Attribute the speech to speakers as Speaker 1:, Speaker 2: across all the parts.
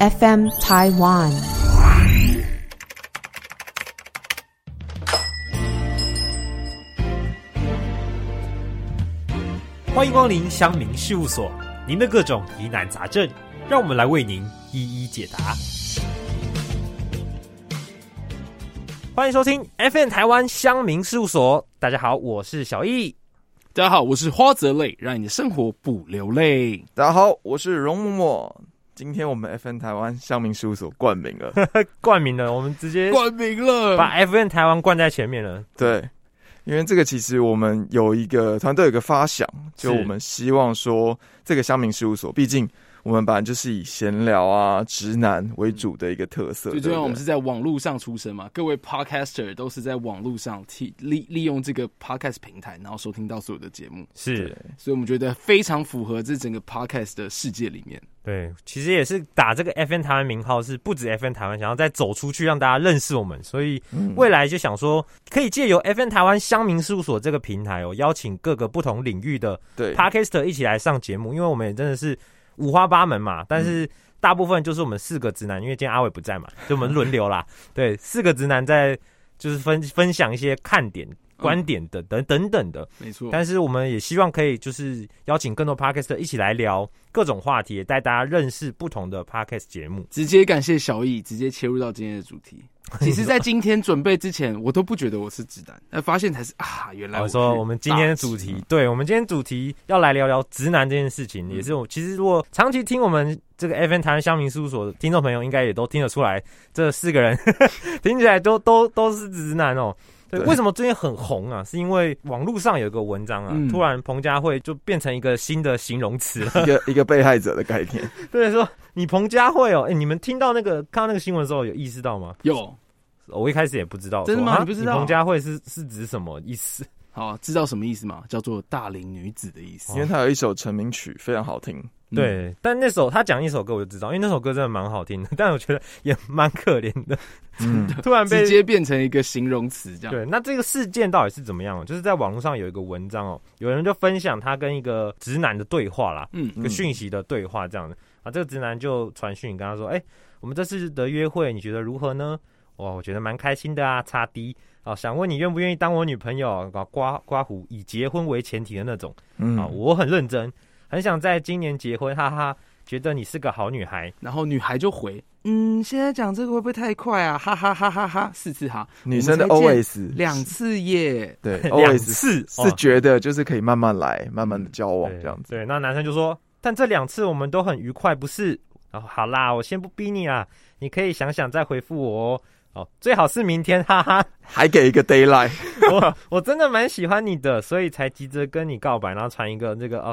Speaker 1: FM Taiwan。
Speaker 2: 欢迎光临乡民事务所，您的各种疑难杂症，让我们来为您一一解答。欢迎收听 FM 台湾乡民事务所，大家好，我是小易。
Speaker 3: 大家好，我是花泽类，让你的生活不流泪。
Speaker 4: 大家好，我是容嬷嬷。今天我们 FN 台湾乡民事务所冠名了，
Speaker 2: 冠名了，我们直接
Speaker 3: 冠名了，
Speaker 2: 把 FM 台湾冠在前面了。
Speaker 4: 对，因为这个其实我们有一个团队有一个发想，就是我们希望说这个乡民事务所，毕竟我们本来就是以闲聊啊、直男为主的一个特色，
Speaker 3: 最重
Speaker 4: 对
Speaker 3: 要，
Speaker 4: 不
Speaker 3: 我们
Speaker 4: 对
Speaker 3: 是在网络上出生嘛，各位 podcaster 都是在网络上替利利用这个 podcast 平台，然后收听到所有的节目，
Speaker 2: 是
Speaker 3: 所以我们觉得非常符合这整个 podcast 的世界里面。
Speaker 2: 对，其实也是打这个 FM 台湾名号，是不止 FM 台湾，想要再走出去让大家认识我们，所以
Speaker 4: 嗯
Speaker 2: 未来就想说，可以借由 FN 台湾乡民事务所这个平台哦，邀请各个不同领域的
Speaker 4: 对
Speaker 2: Podcaster 一起来上节目，因为我们也真的是五花八门嘛，但
Speaker 3: 嗯
Speaker 2: 是大部分就是我们四个直男，因为今天阿伟不在嘛， 所以我们轮流啦。对，四个直男在就是分分享一些看点、观点的等等等的，
Speaker 3: 嗯没错，
Speaker 2: 但是我们也希望可以就是邀请更多 Podcaster 一起来聊各种话题，也带大家认识不同的 Podcast 节目。
Speaker 3: 直接感谢小易，直接切入到今天的主 题。其实，在今天准备之前，我都不觉得我是直男，那发现才是啊，原来
Speaker 2: 我
Speaker 3: 我是
Speaker 2: 哦说我们今天的主题，对我们今天主题要来聊聊直男这件事情，
Speaker 3: 嗯
Speaker 2: 也是我其实如果长期听我们这个 FN 台湾乡民事务所的听众朋友，应该也都听得出来，这四个人 听起来都都都是直男哦。对，
Speaker 4: 对
Speaker 2: 为什么最近很红啊？是因为网络上有个文章啊，
Speaker 3: 嗯
Speaker 2: 突然彭佳慧就变成一个新的形容 词了。
Speaker 4: 一个一个被害者的概念，
Speaker 2: 对，说你彭佳慧哦，哎、你们听到那个看到那个新闻的时候有意识到吗？
Speaker 3: 有
Speaker 2: 我一开始也不知道，
Speaker 3: 真的
Speaker 2: 说
Speaker 3: 吗
Speaker 2: 啊
Speaker 3: 你不知道
Speaker 2: 彭佳慧是是指什么意思？
Speaker 3: 好知道什么意思吗？叫做大龄女子的意思
Speaker 2: 哦
Speaker 4: 因。为他有一首成名曲非常好听，
Speaker 3: 嗯，
Speaker 2: 对，但那首他讲一首歌我就知道，因为那首歌真的蛮好听的， 但我觉得也蛮可怜 的，
Speaker 4: 嗯，
Speaker 2: 突然被
Speaker 3: 直接变成一个形容词这样。
Speaker 2: 对。那这个事件到底是怎么样？就是在网络上有一个文章哦，有人就分享他跟一个直男的对话啦，
Speaker 3: 嗯
Speaker 2: 一个讯息的对话这样的啊，这个直男就传讯跟他说：“哎、我们这次的约会你觉得如何呢？”哇，我觉得蛮开心的啊，叉 D 啊，想问你愿不愿意当我女朋友啊？刮刮胡以结婚为前提的那种。
Speaker 4: 嗯
Speaker 2: 啊，我很认真，很想在今年结婚，哈哈，觉得你是个好女孩。
Speaker 3: 然后女孩就回，嗯，现在讲这个会不会太快啊？哈哈哈哈哈，四次哈，
Speaker 4: 女生的
Speaker 3: 我们才见
Speaker 4: always
Speaker 3: 两次耶。
Speaker 4: 对
Speaker 2: 两
Speaker 4: always
Speaker 2: 次
Speaker 4: 是觉得就是可以慢慢来，慢慢的交往
Speaker 2: 对
Speaker 4: 这样子，
Speaker 2: 对，那男生就说，但这两次我们都很愉快，不是？然后好啦，我先不逼你啊，你可以想想再回复我哦。哦，最好是明天，哈哈，
Speaker 4: 还给一个 d a y l i g h
Speaker 2: 我我真的蛮喜欢你的，所以才急着跟你告白，然后传一个这个哦，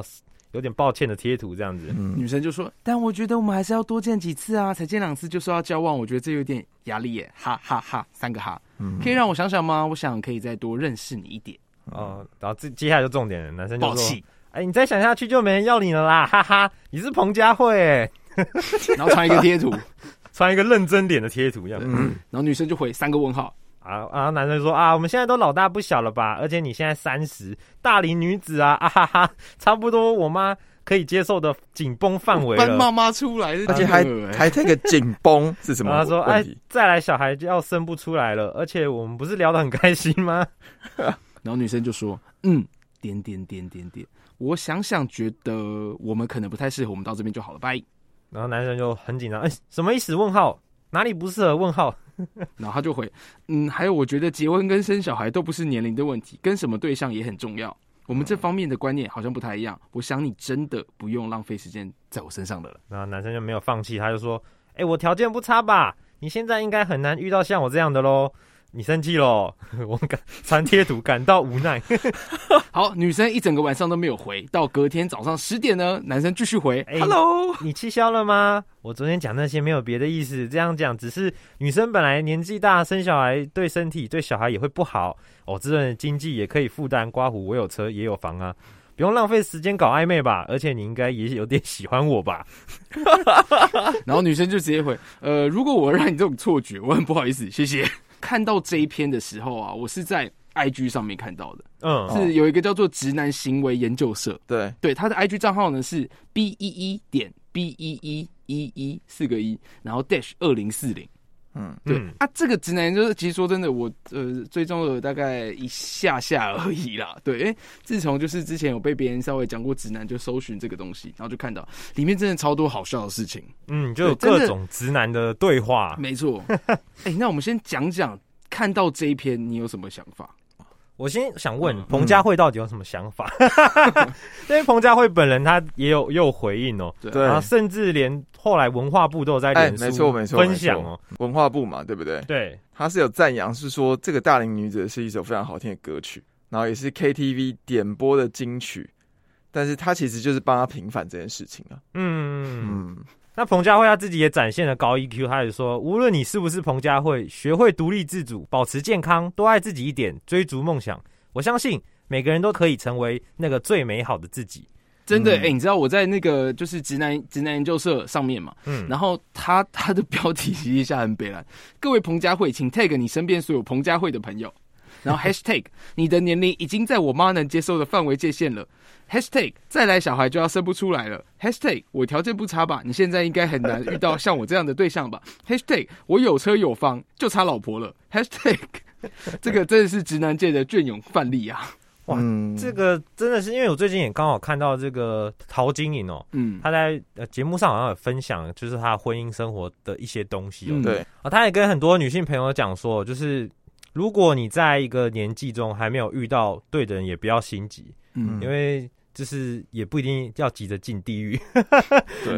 Speaker 2: 有点抱歉的贴图这样子
Speaker 4: t。嗯，
Speaker 3: 女生就说，但我觉得我们还是要多见几次啊，才见两次就说要交往，我觉得这有点压力耶。哈哈哈，三个哈，
Speaker 4: 嗯
Speaker 3: 可以让我想想吗？我想可以再多认识你一点。
Speaker 2: 哦，然后这接下来就重点了，男生就
Speaker 3: 暴
Speaker 2: 说
Speaker 3: 气，：“
Speaker 2: 哎，你再想下去就没人要你了啦，哈哈，你是彭佳慧欸。”
Speaker 3: 然后传一个贴图，
Speaker 2: 穿一个认真脸的贴图一样。
Speaker 4: 嗯
Speaker 3: 然后女生就回三个问号。
Speaker 2: 啊啊！男生说啊，我们现在都老大不小了吧？而且你现在三十，大龄女子啊，啊哈哈，差不多我妈可以接受的紧绷范围
Speaker 3: 搬
Speaker 2: 了。
Speaker 3: 妈妈出来，
Speaker 4: 而且还还那个紧绷是什
Speaker 2: 然
Speaker 4: 么？
Speaker 2: 后他说：“哎
Speaker 4: 问题？，
Speaker 2: 再来小孩就要生不出来了，而且我们不是聊得很开心吗？
Speaker 3: 然后女生就说：“嗯，点点点点点，我想想觉得我们可能不太适合，我们到这边就好了，拜。”
Speaker 2: 然后男生就很紧张，哎，什么意思？问号，哪里不适合？问号，
Speaker 3: 然后他就回：“嗯，还有我觉得结婚跟生小孩都不是年龄的问题，跟什么对象也很重要。我们这方面的观念好像不太一样。我想你真的不用浪费时间在我身上的了。
Speaker 2: 然后男生就没有放弃，他就说：“哎、我条件不差吧？你现在应该很难遇到像我这样的喽。”你生气喽？ 我感传贴图感到无奈。
Speaker 3: 好，女生一整个晚上都没有回，到隔天早上十点呢，男生继续回、
Speaker 2: 哎
Speaker 3: h e l l o
Speaker 2: 你气消了吗？我昨天讲那些没有别的意思，这样讲只是女生本来年纪大，生小孩对身体对小孩也会不好。我、哦、这人经济也可以负担，刮胡我有车也有房啊，不用浪费时间搞暧昧吧。而且你应该也有点喜欢我吧？
Speaker 3: 然后女生就直接回：“呃，如果我让你这种错觉，我很不好意思，谢谢。”看到这一篇的时候啊，我是在 IG 上面看到的，
Speaker 2: 嗯，
Speaker 4: 哦
Speaker 3: 是有一个叫做“直男行为研究社”，
Speaker 4: 对，
Speaker 3: 对，他的 IG 账号呢是 b 一一点 B 一一一一四个一，然后 dash 二零四零。
Speaker 4: 嗯，
Speaker 3: 对、
Speaker 2: 嗯
Speaker 3: 啊，这个直男研究社其实说真的，我呃追踪了大概一下下而已啦。对，因为自从就是之前有被别人稍微讲过直男，就搜寻这个东西，然后就看到里面真的超多好笑的事情。
Speaker 2: 嗯，就有
Speaker 3: 对真
Speaker 2: 各
Speaker 3: 的
Speaker 2: 种直男的对话。
Speaker 4: 嗯
Speaker 3: 没错，哎、那我们先讲讲看到这一篇你有什么想法？
Speaker 2: 我先想问
Speaker 3: 嗯
Speaker 2: 彭佳慧到底有什么想 法？因为彭佳慧本人她也有也有回应哦，
Speaker 3: 对
Speaker 4: 对
Speaker 2: 然后甚至连后来文化部都有在
Speaker 4: 哎
Speaker 2: 脸书
Speaker 4: 没错没错
Speaker 2: 分享哦，
Speaker 4: 文化部嘛，对不对？
Speaker 2: 对，
Speaker 4: 他是有赞扬，是说这个《大龄女子》是一首非常好听的歌曲，然后也是 KTV 点播的金曲，但是他其实就是帮他平反这件事情啊。
Speaker 2: 嗯。
Speaker 4: 嗯，
Speaker 2: 那彭佳慧她自己也展现了高 EQ，她也说，无论你是不是彭佳慧，学会独立自主，保持健康，多爱自己一点，追逐梦想。我相信每个人都可以成为那个最美好的自己。
Speaker 3: 真的，哎、
Speaker 4: 嗯
Speaker 3: 你知道我在那个就是直男直男研究社上面嘛，
Speaker 2: 嗯，
Speaker 3: 然后他他的标题其实下很北蓝，各位彭佳慧，请 tag 你身边所有彭佳慧的朋 友，然后 hashtag 你的年龄已经在我妈能接受的范围界限了，hashtag 再来小孩就要生不出来了，hashtag 我条件不差吧，你现在应该很难遇到像我这样的对象吧，hashtag 我有车有房，就差老婆了，hashtag 这个真的是直男界的隽永范例啊，
Speaker 2: 哇
Speaker 4: 嗯
Speaker 2: 这个真的是因为我最近也刚好看到这个陶晶莹哦，
Speaker 3: 嗯，
Speaker 2: 她在呃节目上好像有分享，就是她婚姻生活的一些东西哦。
Speaker 3: 嗯
Speaker 4: 对，
Speaker 2: 啊，他也跟很多女性朋友讲说，就是如果你在一个年纪中还没有遇到对的人，也不要心急，
Speaker 4: 嗯
Speaker 2: 因为就是也不一定要急着进地狱。
Speaker 4: 对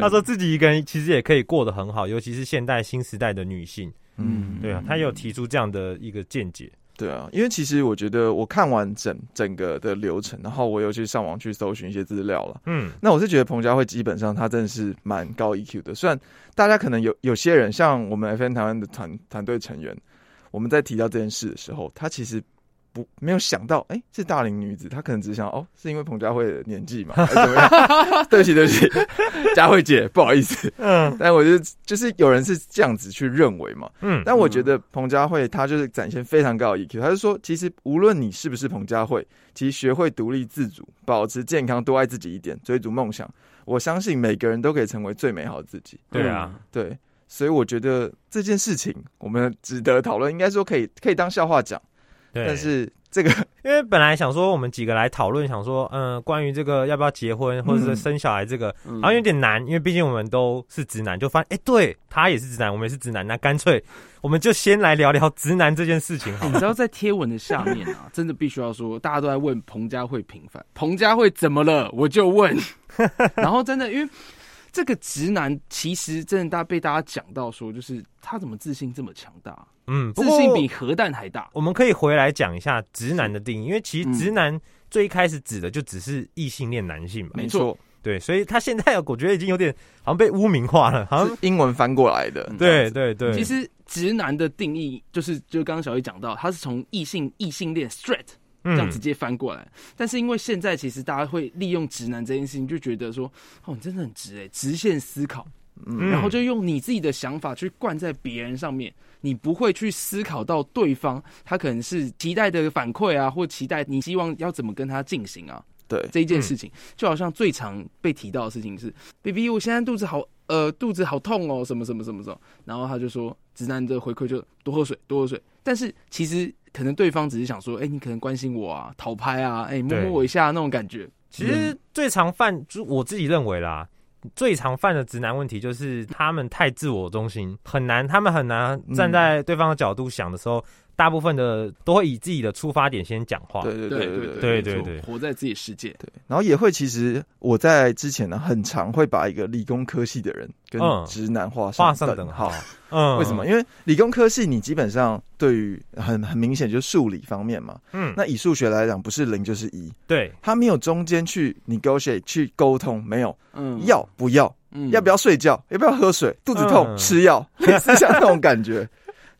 Speaker 2: 他说自己一个人其实也可以过得很好，尤其是现代新时代的女性。
Speaker 4: 嗯，
Speaker 2: 对啊，他也有提出这样的一个见解。
Speaker 4: 对啊，因为其实我觉得我看完整整个的流程，然后我又去上网去搜寻一些资料了。
Speaker 2: 嗯
Speaker 4: 那我是觉得彭佳慧基本上她真的是蛮高 EQ 的，虽然大家可能有有些人像我们 FN 台湾的团团队成员，我们在提到这件事的时候，他其实不没有想到，哎、是大龄女子，他可能只想哦，是因为彭佳慧的年纪嘛，还是怎么样？ 对不起对不起，佳慧姐不好意思，
Speaker 2: 嗯
Speaker 4: 但我觉得就是有人是这样子去认为嘛，
Speaker 2: 嗯，
Speaker 4: 但我觉得彭佳慧她就是展现非常高的 E EQ，她是说，其实无论你是不是彭佳慧，其实学会独立自主、保持健康、多爱自己一点、追逐梦想，我相信每个人都可以成为最美好的自己。
Speaker 2: 对啊，
Speaker 4: 对，所以我觉得这件事情我们值得讨论，应该说可以可以当笑话讲，
Speaker 2: 对，
Speaker 4: 但是这个
Speaker 2: 因为本来想说我们几个来讨论，想说嗯，关于这个要不要结婚或者是
Speaker 4: 嗯
Speaker 2: 生小孩这个，
Speaker 3: 嗯
Speaker 2: 好像有点难，因为毕竟我们都是直男，就发现哎、诶对他也是直男，我们也是直男，那干脆我们就先来聊聊直男这件事情好
Speaker 3: 欸
Speaker 2: 了。
Speaker 3: 你知道在贴文的下面啊，真的必须要说，大家都在问彭佳慧平凡，彭佳慧怎么了？我就问， 然后真的因为。这个直男其实真的大被大家讲到说，就是他怎么自信这么强大，
Speaker 2: 嗯，不
Speaker 3: 自
Speaker 2: 过
Speaker 3: 信比核弹还大。
Speaker 2: 我们可以回来讲一下直男的定义，因为其实直男最一开始指的就只是异性恋男性吧，
Speaker 3: 没错，
Speaker 2: 对，所以他现在我觉得已经有点好像被污名化了，好像
Speaker 4: 是英文翻过来的，
Speaker 3: 嗯
Speaker 2: 啊对对对，
Speaker 3: 其实直男的定义就是，就刚刚小易讲到，他是从异性异性恋 straight
Speaker 2: 嗯
Speaker 3: 这样直接翻过来。但是因为现在其实大家会利用直男这件事情，就觉得说，哦，你真的很直哎、直线思考。
Speaker 2: 嗯
Speaker 3: 然后就用你自己的想法去灌在别人上面，你不会去思考到对方他可能是期待的反馈啊，或期待你希望要怎么跟他进行啊
Speaker 4: 对，
Speaker 3: 这一件事情，就好像最常被提到的事情是，baby，我现在肚子好呃肚子好痛哦，什么什么什么什么，然后他就说直男的回馈就多喝水多喝水，但是其实可能对方只是想说，哎，你可能关心我啊，讨拍啊，哎摸
Speaker 2: 对
Speaker 3: 摸我一下那种感觉，
Speaker 2: 其实最常犯，就我自己认为啦，最常犯的直男问题就是他们太自我中心，很难，他们很难站在对方的角度想的时候，大部分的都会以自己的出发点先讲话。
Speaker 4: 对对
Speaker 3: 对
Speaker 4: 对
Speaker 2: 对
Speaker 3: 对
Speaker 2: 对
Speaker 3: 没错
Speaker 2: 对
Speaker 3: 活在自己世界，
Speaker 4: 对，然后也会，其实我在之前呢，很常会把一个理工科系的人跟
Speaker 2: 嗯
Speaker 4: 直男画
Speaker 2: 画
Speaker 4: 上
Speaker 2: 上等
Speaker 4: 等
Speaker 2: 号
Speaker 4: 号。
Speaker 2: 嗯
Speaker 4: 为什么？？因为理工科系你基本上对于很很明显就是数理方面嘛，
Speaker 2: 嗯，
Speaker 4: 那以数学来讲，不是零就是一，
Speaker 2: 对，
Speaker 4: 它没有中间去 negotiate 去沟通，没有
Speaker 3: 嗯，
Speaker 4: 要不要，
Speaker 3: 嗯
Speaker 4: 要不要睡觉，要不要喝水，肚子痛、
Speaker 2: 嗯
Speaker 4: 吃 药，类似像那种感觉，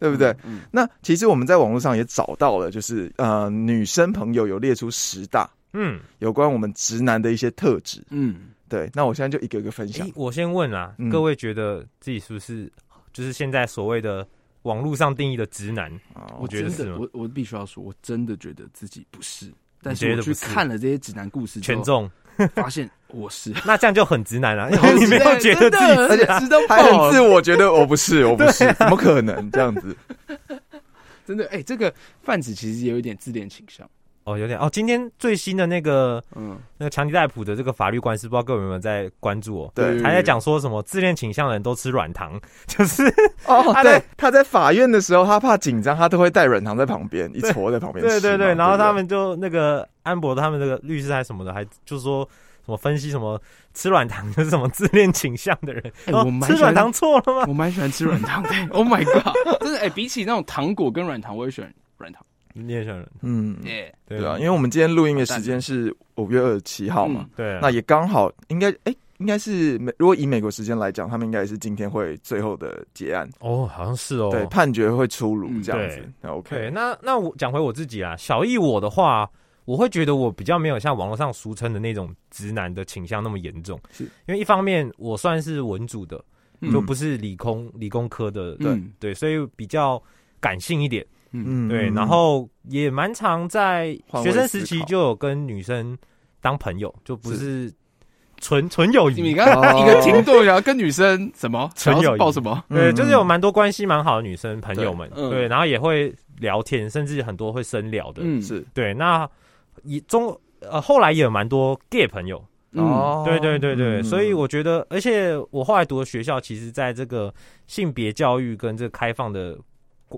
Speaker 4: 对不对？
Speaker 3: 嗯？
Speaker 4: 那其实我们在网络上也找到了，就是呃，女生朋友有列出十大
Speaker 2: 嗯，
Speaker 4: 有关我们直男的一些特质。
Speaker 3: 嗯。嗯
Speaker 4: 对，那我现在就一个一个分
Speaker 2: 诶
Speaker 4: 享。
Speaker 2: 我先问啦，
Speaker 4: 嗯
Speaker 2: 各位觉得自己是不是就是现在所谓的网络上定义的直男？
Speaker 4: 哦
Speaker 2: 我觉得
Speaker 3: 真的
Speaker 2: 是吗
Speaker 3: 我我必须要说，我真的觉得自己不是。但
Speaker 2: 觉
Speaker 3: 是
Speaker 2: 得
Speaker 3: 我
Speaker 2: 不
Speaker 3: 去
Speaker 2: 是
Speaker 3: 看了这些指南故事之
Speaker 2: 权
Speaker 3: 后，
Speaker 2: 重，
Speaker 3: 发现我是，
Speaker 2: 那这样就很直男 了、啊，因
Speaker 3: 很
Speaker 2: 为 你
Speaker 3: 直
Speaker 2: 没有
Speaker 3: 男
Speaker 2: 觉得
Speaker 3: 真的
Speaker 2: 自己是、啊，
Speaker 3: 直到爆
Speaker 4: 还很
Speaker 3: 了，
Speaker 4: 自我觉得我不是，我不是，怎么可能这样子？
Speaker 3: 真的哎、这个泛指其实也有一点自恋倾向。
Speaker 2: 哦，有点哦。今天最新的那个
Speaker 3: 嗯，
Speaker 2: 那个强尼戴普的这个法律官司，不知道各位有没有在关注哦？
Speaker 4: 对
Speaker 2: 还在讲说什么自恋倾向的人都吃软糖， 就是
Speaker 4: 哦，
Speaker 2: 他在
Speaker 4: 对，他在法院的时候，他怕紧张，他都会带软糖在旁 边，一撮在旁边吃
Speaker 2: 对对对，
Speaker 4: 嘛。对，
Speaker 2: 然后他们就那个安博他们这个律师还什么的，还就说什么分析什么吃软糖就是什么自恋倾向的人，
Speaker 3: 哎
Speaker 2: 哦
Speaker 3: 我蛮
Speaker 2: 吃
Speaker 3: 喜欢
Speaker 2: 软糖错了吗？
Speaker 3: 我蛮喜欢吃软糖的。oh my god，真的哎、 比起那种糖果跟软糖，我也喜欢软糖。哎
Speaker 2: 你也想人
Speaker 4: 嗯，
Speaker 3: 耶、
Speaker 2: 对
Speaker 4: 对啊，因为我们今天录音的时间是五月二十七
Speaker 3: 嗯
Speaker 4: 号嘛，
Speaker 2: 对
Speaker 4: 那也刚好应该哎。应该是美，如果以美国时间来讲，他们应该也是今天会最后的结案，
Speaker 2: 哦，好像是哦，
Speaker 4: 对，判决会出炉这样子。
Speaker 2: 嗯
Speaker 4: 那 OK，
Speaker 2: 对，那那我讲回我自己啊，小易我的话，我会觉得我比较没有像网络上俗称的那种直男的倾向那么严重，
Speaker 4: 是
Speaker 2: 因为一方面我算是文组的，
Speaker 3: 嗯
Speaker 2: 就不是理工理工科的，
Speaker 3: 对，嗯
Speaker 2: 对，所以比较感性一点，
Speaker 4: 嗯
Speaker 2: 对，然后也蛮常在
Speaker 4: 换位
Speaker 2: 学生时期
Speaker 4: 思考
Speaker 2: 就有跟女生当朋友，就不是纯纯友
Speaker 3: 你
Speaker 2: 谊，
Speaker 3: 刚刚
Speaker 4: 哦
Speaker 3: 一个停顿，然后跟女生什么，
Speaker 2: 纯友谊
Speaker 3: 想要抱什么？
Speaker 2: 对，
Speaker 4: 嗯
Speaker 2: 就是有蛮多关系蛮好的女生朋友们，
Speaker 3: 对嗯
Speaker 2: 对，然后也会聊天，甚至很多会深聊的，
Speaker 3: 嗯，
Speaker 4: 是
Speaker 2: 对，那以中呃后来也有蛮多 gay 朋友，
Speaker 3: 哦，
Speaker 2: 对对对对，
Speaker 4: 嗯
Speaker 2: 所以我觉得，而且我后来读的学校，其实在这个性别教育跟这个开放的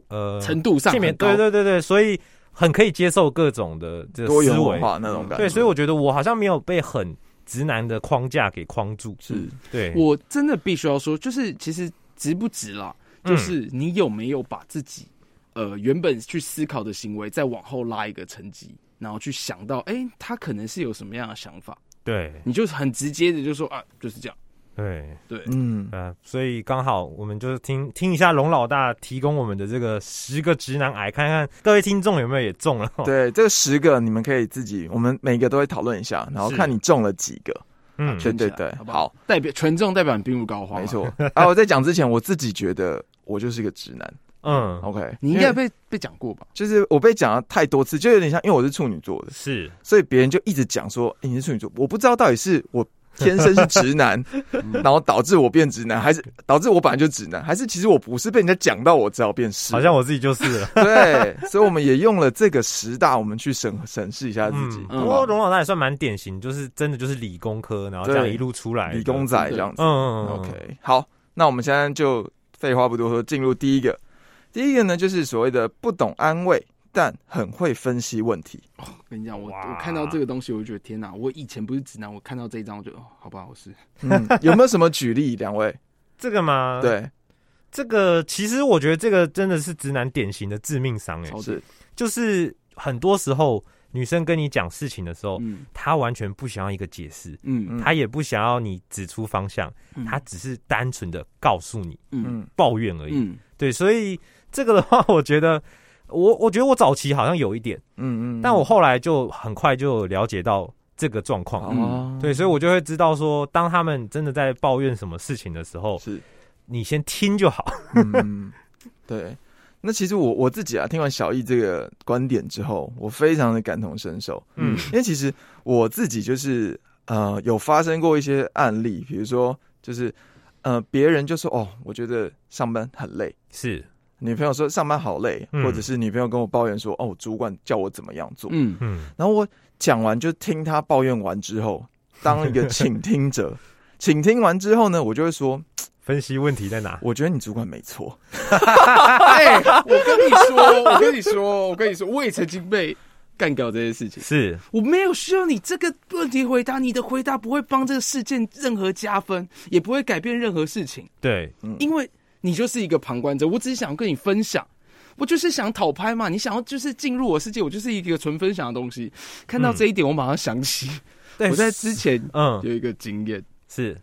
Speaker 2: 呃
Speaker 3: 程度上
Speaker 2: 性别，
Speaker 3: 很高
Speaker 2: 对对对对，所以很可以接受各种的这个
Speaker 4: 多
Speaker 2: 思
Speaker 4: 元文
Speaker 2: 维，
Speaker 4: 化那种感觉。
Speaker 2: 对，所以我觉得我好像没有被很直男的框架给框住，
Speaker 4: 是
Speaker 2: 对，
Speaker 3: 我真的必须要说，就是其实值不值啦，
Speaker 2: 嗯
Speaker 3: 就是你有没有把自己呃原本去思考的行为再往后拉一个层级，然后去想到，哎、他可能是有什么样的想法，
Speaker 2: 对
Speaker 3: 你就很直接的就说啊，就是这样，
Speaker 2: 对，
Speaker 3: 对，
Speaker 4: 嗯，
Speaker 2: 呃，所以刚好我们就是听听一下龙老大提供我们的这个十个直男癌，看看各位听众有没有也中了，
Speaker 4: 对，这十个你们可以自己，我们每个都会讨论一下，然后
Speaker 2: 是
Speaker 4: 看你中了几个。
Speaker 2: 嗯
Speaker 4: 对对对
Speaker 3: 好不好
Speaker 4: 好？
Speaker 3: 代表权重代表你病入膏肓，
Speaker 4: 没，错。啊，我在讲之前，我自己觉得我就是一个直男。
Speaker 2: 嗯，
Speaker 4: OK，
Speaker 3: 哦你应
Speaker 4: 因
Speaker 3: 该
Speaker 4: 为
Speaker 3: 被被讲过 吧？
Speaker 4: 就是我被讲了太多次，就有点像，因为我是处女座的，
Speaker 2: 是
Speaker 4: 所以别人就一直讲说、诶你是处女座，我不知道到底是我。天生是直 男，然后导致我变直男，还是导致我本来就直男，还是其实我不是被人家讲到我只好变是？
Speaker 2: 好像我自己就是 了。
Speaker 4: 对，所以我们也用了这个十大，我们去审审视一下自己，
Speaker 3: 嗯
Speaker 2: 不过龙老大也算蛮典型，就是真的就是理工科，然后这样
Speaker 4: 对
Speaker 2: 一路出来的，
Speaker 4: 理工仔这样
Speaker 2: 嗯，
Speaker 4: 子。
Speaker 2: 嗯嗯
Speaker 4: OK，好，那我们现在就废话不多说，进入第一个。第一个呢，就是所谓的不懂安慰，但很会分析问题。
Speaker 3: 跟你讲，我
Speaker 2: 哇
Speaker 3: 我看到这个东西，我就觉得天哪！我以前不是直男，我看到这一张，我就哦，好吧，我是
Speaker 4: 嗯，有没有什么举例？两位？
Speaker 2: 这个嘛，，
Speaker 4: 对，
Speaker 2: 这个其实我觉得这个真的是直男典型的致命伤，哎，
Speaker 3: 超
Speaker 4: 是
Speaker 3: 级，
Speaker 2: 就是很多时候女生跟你讲事情的时候，
Speaker 3: 嗯
Speaker 2: 她完全不想要一个解释，
Speaker 3: 嗯
Speaker 4: 嗯
Speaker 2: 她也不想要你指出方向，
Speaker 3: 嗯
Speaker 2: 她只是单纯的告诉你
Speaker 3: 嗯
Speaker 4: 嗯
Speaker 2: 抱怨而已。
Speaker 3: 嗯，
Speaker 2: 对，所以这个的话，我觉得我我觉得我早期好像有一点，
Speaker 4: 嗯嗯，
Speaker 2: 但我后来就很快就了解到这个状况。
Speaker 4: 哦，
Speaker 2: 对，所以我就会知道说，当他们真的在抱怨什么事情的时候，
Speaker 4: 是，
Speaker 2: 你先听就好。
Speaker 4: 嗯嗯， 对。那其实我我自己啊，听完小易这个观点之后，我非常的感同身受。
Speaker 2: 嗯
Speaker 4: 因为其实我自己就是呃有发生过一些案例，比如说就是呃别人就说哦，我觉得上班很累，
Speaker 2: 是，
Speaker 4: 女朋友说上班好累，
Speaker 2: 嗯
Speaker 4: 或者是女朋友跟我抱怨说哦，主管叫我怎么样做，
Speaker 3: 嗯
Speaker 2: 嗯，
Speaker 4: 然后我讲完就听她抱怨完之后，当一个倾听者。倾听完之后呢，我就会说，
Speaker 2: 分析问题在哪？
Speaker 4: 我觉得你主管没错。
Speaker 3: 哎，我跟你说，我跟你说，我跟你说，我也曾经被干掉这件事情。
Speaker 2: 是，
Speaker 3: 我没有需要你这个问题回答，你的回答不会帮这个事件任何加分，也不会改变任何事情，
Speaker 2: 对，
Speaker 3: 因为你就是一个旁观者。我只是想跟你分享，我就是想讨拍嘛。你想要就是进入我世界，我就是一个纯分享的东西。看到这一点，我马上想起、
Speaker 2: 对
Speaker 3: 我在之前
Speaker 2: 嗯
Speaker 3: 有一个经验，
Speaker 2: 是，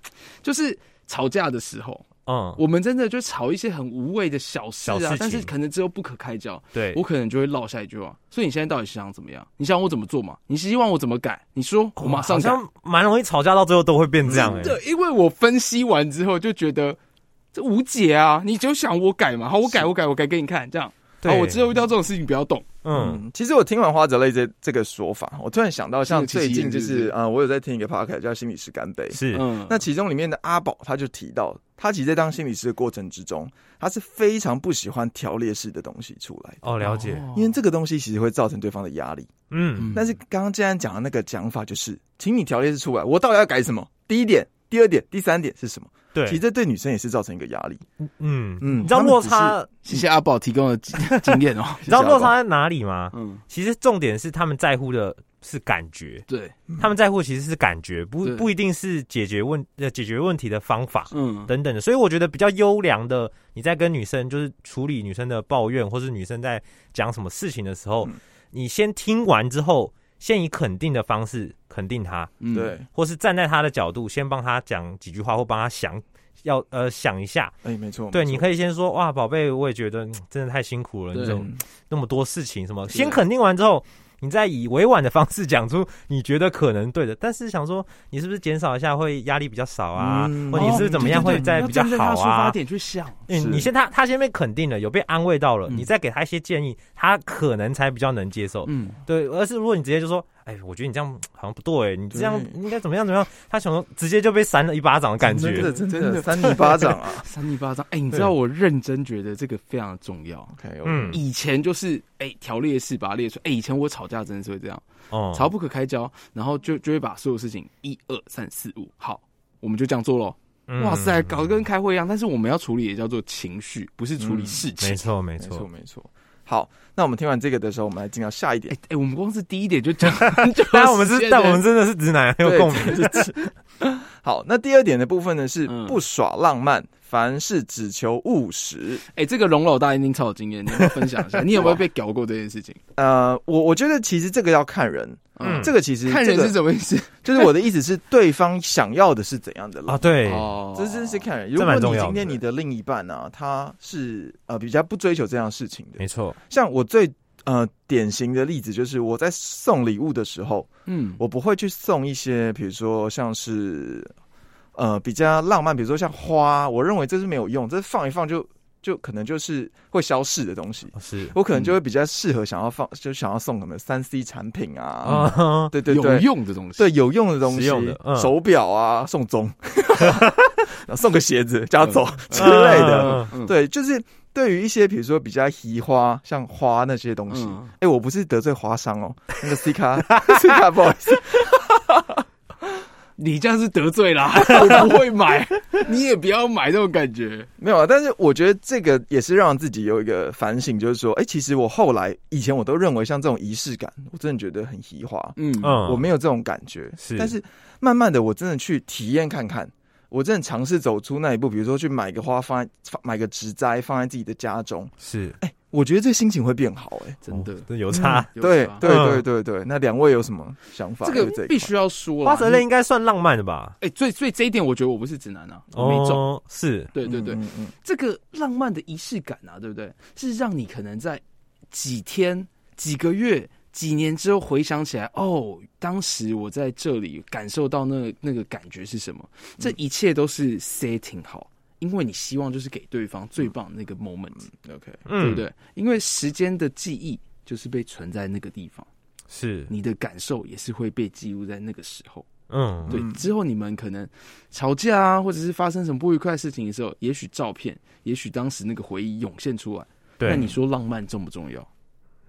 Speaker 3: 就是吵架的时候，
Speaker 2: 嗯，
Speaker 3: 我们真的就吵一些很无谓的小事
Speaker 2: 小事
Speaker 3: 啊
Speaker 2: 情，
Speaker 3: 但是可能只有不可开交。
Speaker 2: 对
Speaker 3: 我，可能就会落下一句话。所以你现在到底是想怎么样？你想我怎么做嘛？你希望我怎么改？你说我马上
Speaker 2: 好
Speaker 3: 改。
Speaker 2: 像蛮容易吵架，到最后都会变这样、欸。
Speaker 3: 对，因为我分析完之后就觉得这无解啊！你就想我改嘛，好，我改，我改，我改给你看，这样好，我之后遇到这种事情不要动。
Speaker 2: 嗯，
Speaker 4: 嗯，其实我听完花泽类这这个说法，我突然想到，像
Speaker 3: 心有
Speaker 4: 最
Speaker 3: 戚戚
Speaker 4: 近
Speaker 3: 焉
Speaker 4: 就是
Speaker 3: 不是
Speaker 4: 是呃，我有在听一个 podcast 叫《心理师干杯》，
Speaker 2: 是，
Speaker 3: 嗯，
Speaker 4: 那其中里面的阿宝他就提到，他其实在当心理师的过程之中，他是非常不喜欢条列式的东西出来的，
Speaker 2: 哦，了解，
Speaker 3: 哦
Speaker 4: 因为这个东西其实会造成对方的压力。
Speaker 2: 嗯，
Speaker 4: 但是刚刚既然讲的那个讲法就是，请你条列式出来，我到底要改什么？第一点。第二点、第三点是什么？
Speaker 2: 对
Speaker 4: 其，实这对女生也是造成一个压力。
Speaker 2: 嗯嗯，
Speaker 4: 嗯，
Speaker 2: 你知道
Speaker 4: 他们
Speaker 2: 落
Speaker 4: 只是
Speaker 2: 差，
Speaker 3: 谢谢阿宝提供 的经经验哦。
Speaker 2: 你知道落差在哪里吗？
Speaker 3: 嗯，
Speaker 2: 其实重点是他们在乎的是感觉，
Speaker 3: 对，
Speaker 2: 他们在乎其实是感觉，不
Speaker 3: 对
Speaker 2: 不一定是解决问呃解决问题的方法
Speaker 3: 嗯，
Speaker 2: 等等的。所以我觉得比较优良的，你在跟女生就是处理女生的抱怨，或是女生在讲什么事情的时候，
Speaker 4: 嗯
Speaker 2: 你先听完之后，先以肯定的方式肯定她，
Speaker 3: 嗯
Speaker 4: 对，，
Speaker 2: 或是站在她的角度，先帮她讲几句话，或帮她想要呃想一下。
Speaker 4: 哎、没错，
Speaker 2: 对，
Speaker 4: 没错
Speaker 2: 你可以先说哇，宝贝，我也觉得嗯真的太辛苦了，
Speaker 3: 对
Speaker 2: 你怎么那么多事情什么，
Speaker 3: 是
Speaker 2: 先肯定完之后，你再以委婉的方式讲出你觉得可能对的，但是想说你是不是减少一下会压力比较少啊，
Speaker 4: 嗯
Speaker 2: 或你是不是怎么
Speaker 3: 哦
Speaker 2: 样会再比较好啊？
Speaker 3: 点去想，
Speaker 2: 嗯，你
Speaker 4: 是
Speaker 2: 先他他先被肯定了，有被安慰到了，
Speaker 3: 嗯
Speaker 2: 你再给他一些建议，他可能才比较能接受。
Speaker 3: 嗯，
Speaker 2: 对，而是如果你直接就说，哎，我觉得你这样好像不对，你这样
Speaker 4: 对
Speaker 2: 应该怎么样怎么样，他想说直接就被扇了一巴掌的感
Speaker 4: 真
Speaker 2: 觉
Speaker 4: 的。真的
Speaker 3: 真的
Speaker 4: 三米巴掌啊
Speaker 3: 扇你巴掌。哎，你知
Speaker 2: 对
Speaker 3: 道我认真觉得这个非常重要。
Speaker 4: ！OK，
Speaker 2: 嗯
Speaker 4: 嗯，
Speaker 3: 以前就是哎条列式把它列出，哎以前我吵架真的是会这样，
Speaker 2: 哦
Speaker 3: 吵不可开交，然后就就会把所有事情一二三四五，好，我们就这样做喽。
Speaker 2: 嗯
Speaker 3: 哇塞，搞得跟开会一样，但是我们要处理也叫做情绪，不是处理
Speaker 4: 嗯
Speaker 3: 事情
Speaker 2: 没。错没
Speaker 4: 没错
Speaker 2: 错，
Speaker 4: 没错。好，那我们听完这个的时候，我们来进到下一点
Speaker 3: 哎。哎，我们光是第一点就讲， 就
Speaker 2: 但我们是
Speaker 3: 实现
Speaker 2: 但
Speaker 3: 了
Speaker 2: 我们真的是直男，很有
Speaker 4: 对
Speaker 2: 共鸣。。
Speaker 4: 这这好，那第二点的部分呢是
Speaker 3: 嗯
Speaker 4: 不耍浪漫，凡事只求务实。
Speaker 3: 哎、这个龙老大一定超有经验，你有没有分 享一下？你有没有被搞过这件事情？
Speaker 4: 呃，我我觉得其实这个要看人，
Speaker 2: 嗯
Speaker 4: 这个其实
Speaker 3: 看人
Speaker 4: 这
Speaker 3: 是
Speaker 4: 个
Speaker 3: 怎么意思？
Speaker 4: 就是我的意思是，对方想要的是怎样的浪
Speaker 2: 啊，
Speaker 4: 漫。
Speaker 2: 对，
Speaker 3: 哦
Speaker 4: 这真是看人。如
Speaker 2: 这
Speaker 4: 果
Speaker 2: 蛮重
Speaker 4: 你
Speaker 2: 要的
Speaker 4: 今天你的另一半呢、啊，他是呃比较不追求这样的事情的，
Speaker 2: 没错，
Speaker 4: 像我最呃典型的例子就是我在送礼物的时候，
Speaker 3: 嗯，
Speaker 4: 我不会去送一些，比如说像是呃比较浪漫，比如说像花，我认为这是没有用，这放一放就就可能就是会消逝的东西。
Speaker 2: 是
Speaker 4: 我可能就会比较适合想要放，就想要送什么三 C 产品啊，
Speaker 2: 啊，
Speaker 4: 对对
Speaker 3: 有
Speaker 4: 对，
Speaker 3: 用的东西。
Speaker 4: 对有用的东
Speaker 2: 实
Speaker 4: 西
Speaker 2: 用的嗯，
Speaker 4: 手表啊，送 钟，然后送个鞋子，叫他走 之类的。
Speaker 2: 嗯，
Speaker 3: 嗯，
Speaker 4: 对，就是对于一些比如说比较奇花，像花那些东西，
Speaker 3: 嗯
Speaker 4: 哎、我不是得罪华商 哦，那个 C 卡 C 卡不好意思，
Speaker 3: 你这样是得罪啦， 我不会买，你也不要买这种感觉。
Speaker 4: 没有啊。但是我觉得这个也是让自己有一个反省，就是说，哎、其实我后来以前我都认为像这种仪式感，我真的觉得很奇花，
Speaker 3: 嗯
Speaker 2: 嗯，
Speaker 4: 我没有这种感觉。
Speaker 2: 是
Speaker 4: 但是慢慢的，我真的去体验看看。我真的尝试走出那一步，比如说去买个花放在放买个植栽放在自己的家中，
Speaker 2: 嗯是
Speaker 4: 我觉得这心情会变好、哎。
Speaker 3: 真的
Speaker 2: 哦真有差。
Speaker 3: 有
Speaker 4: 对
Speaker 3: 差
Speaker 4: 对
Speaker 2: 嗯
Speaker 4: 对对对，那两位有什么想法？
Speaker 3: 这
Speaker 4: 对
Speaker 3: 个
Speaker 4: 一
Speaker 3: 必
Speaker 4: 块
Speaker 3: 须要说啦
Speaker 2: 花泽类
Speaker 3: 你
Speaker 2: 应该算浪漫的吧？
Speaker 3: 哎、所以所以这一点，我觉得我不是直男啊，我没中。
Speaker 2: 哦，是，
Speaker 3: 对对对，
Speaker 4: 嗯嗯
Speaker 3: 这个浪漫的仪式感啊，对不对？是让你可能在几天、几个月、几年之后回想起来，哦，当时我在这里感受到那那个感觉是什么？
Speaker 4: 嗯
Speaker 3: 这一切都是 setting 好，因为你希望就是给对方最棒的那个 moment，、
Speaker 4: 嗯，OK，
Speaker 2: 嗯
Speaker 3: 对不？对？因为时间的记忆就是被存在那个地方，
Speaker 2: 是，
Speaker 3: 你的感受也是会被记录在那个时候。
Speaker 2: 嗯，
Speaker 3: 对，
Speaker 4: 嗯
Speaker 3: 之后你们可能吵架啊，或者是发生什么不愉快的事情的时候，也许照片，也许当时那个回忆涌现出来。
Speaker 2: 对，
Speaker 3: 那你说浪漫重不重要？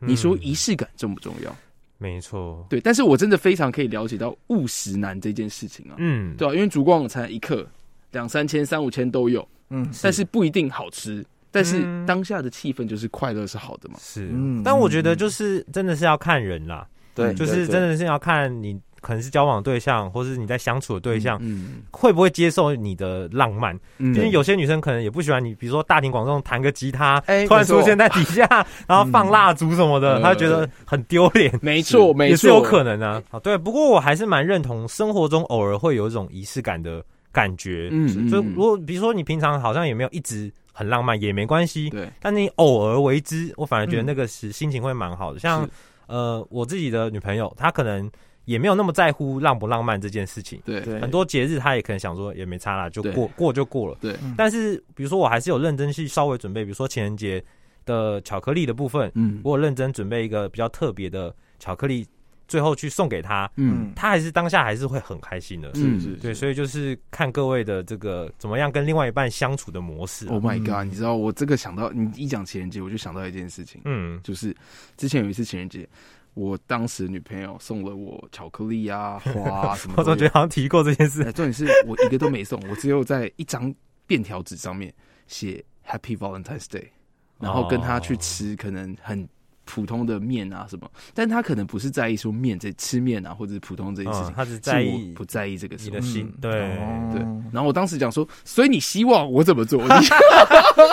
Speaker 2: 嗯
Speaker 3: 你说仪式感重不重要？
Speaker 2: 没错，
Speaker 3: 对，但是我真的非常可以了解到务实男这件事情啊，
Speaker 2: 嗯，
Speaker 3: 对啊，因为烛光才一克，两三千、三五千都有，
Speaker 4: 嗯
Speaker 3: 但是不一定好吃。但是
Speaker 2: 嗯
Speaker 3: 当下的气氛就是快乐是好的嘛，
Speaker 2: 是
Speaker 4: 嗯，
Speaker 2: 但我觉得就是真的是要看人啦，
Speaker 4: 对，
Speaker 2: 嗯
Speaker 3: 嗯
Speaker 2: 就是真的是要看你可能是交往对象，或是你在相处的对象。
Speaker 3: 嗯，
Speaker 2: 会不会接受你的浪漫？
Speaker 3: 嗯
Speaker 2: 因为有些女生可能也不喜欢你，比如说大庭广众弹个吉他，
Speaker 4: 哎
Speaker 2: 突然
Speaker 4: 没错
Speaker 2: 出现在底下，然后放蜡烛什么的，
Speaker 3: 嗯
Speaker 2: 她觉得很丢脸。
Speaker 3: 没错，没错，
Speaker 2: 也是有可能啊。好，对，不过我还是蛮认同生活中偶尔会有一种仪式感的感觉。
Speaker 3: 嗯，嗯，
Speaker 2: 所以
Speaker 3: 嗯
Speaker 2: 如果比如说你平常好像也没有一直很浪漫也没关系，
Speaker 3: 对，
Speaker 2: 但你偶尔为之，我反而觉得
Speaker 4: 嗯
Speaker 2: 那个是心情会蛮好的。像
Speaker 3: 是
Speaker 2: 呃，我自己的女朋友，她可能也没有那么在乎浪不浪漫这件事情。
Speaker 3: 对，
Speaker 4: 对
Speaker 2: 很多节日她也可能想说也没差啦，就
Speaker 3: 对
Speaker 2: 过过就过了。
Speaker 3: 对
Speaker 2: 但是比如说我还是有认真去稍微准备，比如说情人节。的巧克力的部分，
Speaker 3: 嗯
Speaker 2: 我有认真准备一个比较特别的巧克力，最后去送给他，
Speaker 3: 嗯
Speaker 2: 他还是当下还是会很开心的。
Speaker 3: 嗯
Speaker 4: 是
Speaker 2: 对，所以就是看各位的这个怎么样跟另外一半相处的模式啊、
Speaker 3: ，Oh my god！你知道我这个想到你一讲情人节，我就想到一件事情，
Speaker 2: 嗯，
Speaker 3: 就是之前有一次情人节，我当时女朋友送了我巧克力啊、花啊什么
Speaker 2: 我
Speaker 3: 东
Speaker 2: 总
Speaker 3: 西，
Speaker 2: 觉得好像提过这件事
Speaker 3: 哎，重点是我一个都没送，我只有在一张便条纸上面写 Happy Valentine's Day，然后跟他去吃可能很普通的面啊什么，但他可能不是在意说面这吃面啊或者是普通这件事
Speaker 2: 嗯
Speaker 3: 情，，
Speaker 2: 他只在
Speaker 3: 在意
Speaker 2: 意
Speaker 3: 不在意这个事
Speaker 2: 你
Speaker 3: 情
Speaker 2: 的。心，对，，
Speaker 4: 哦
Speaker 3: 对，然后我当时讲说，所以你希望我怎么做？你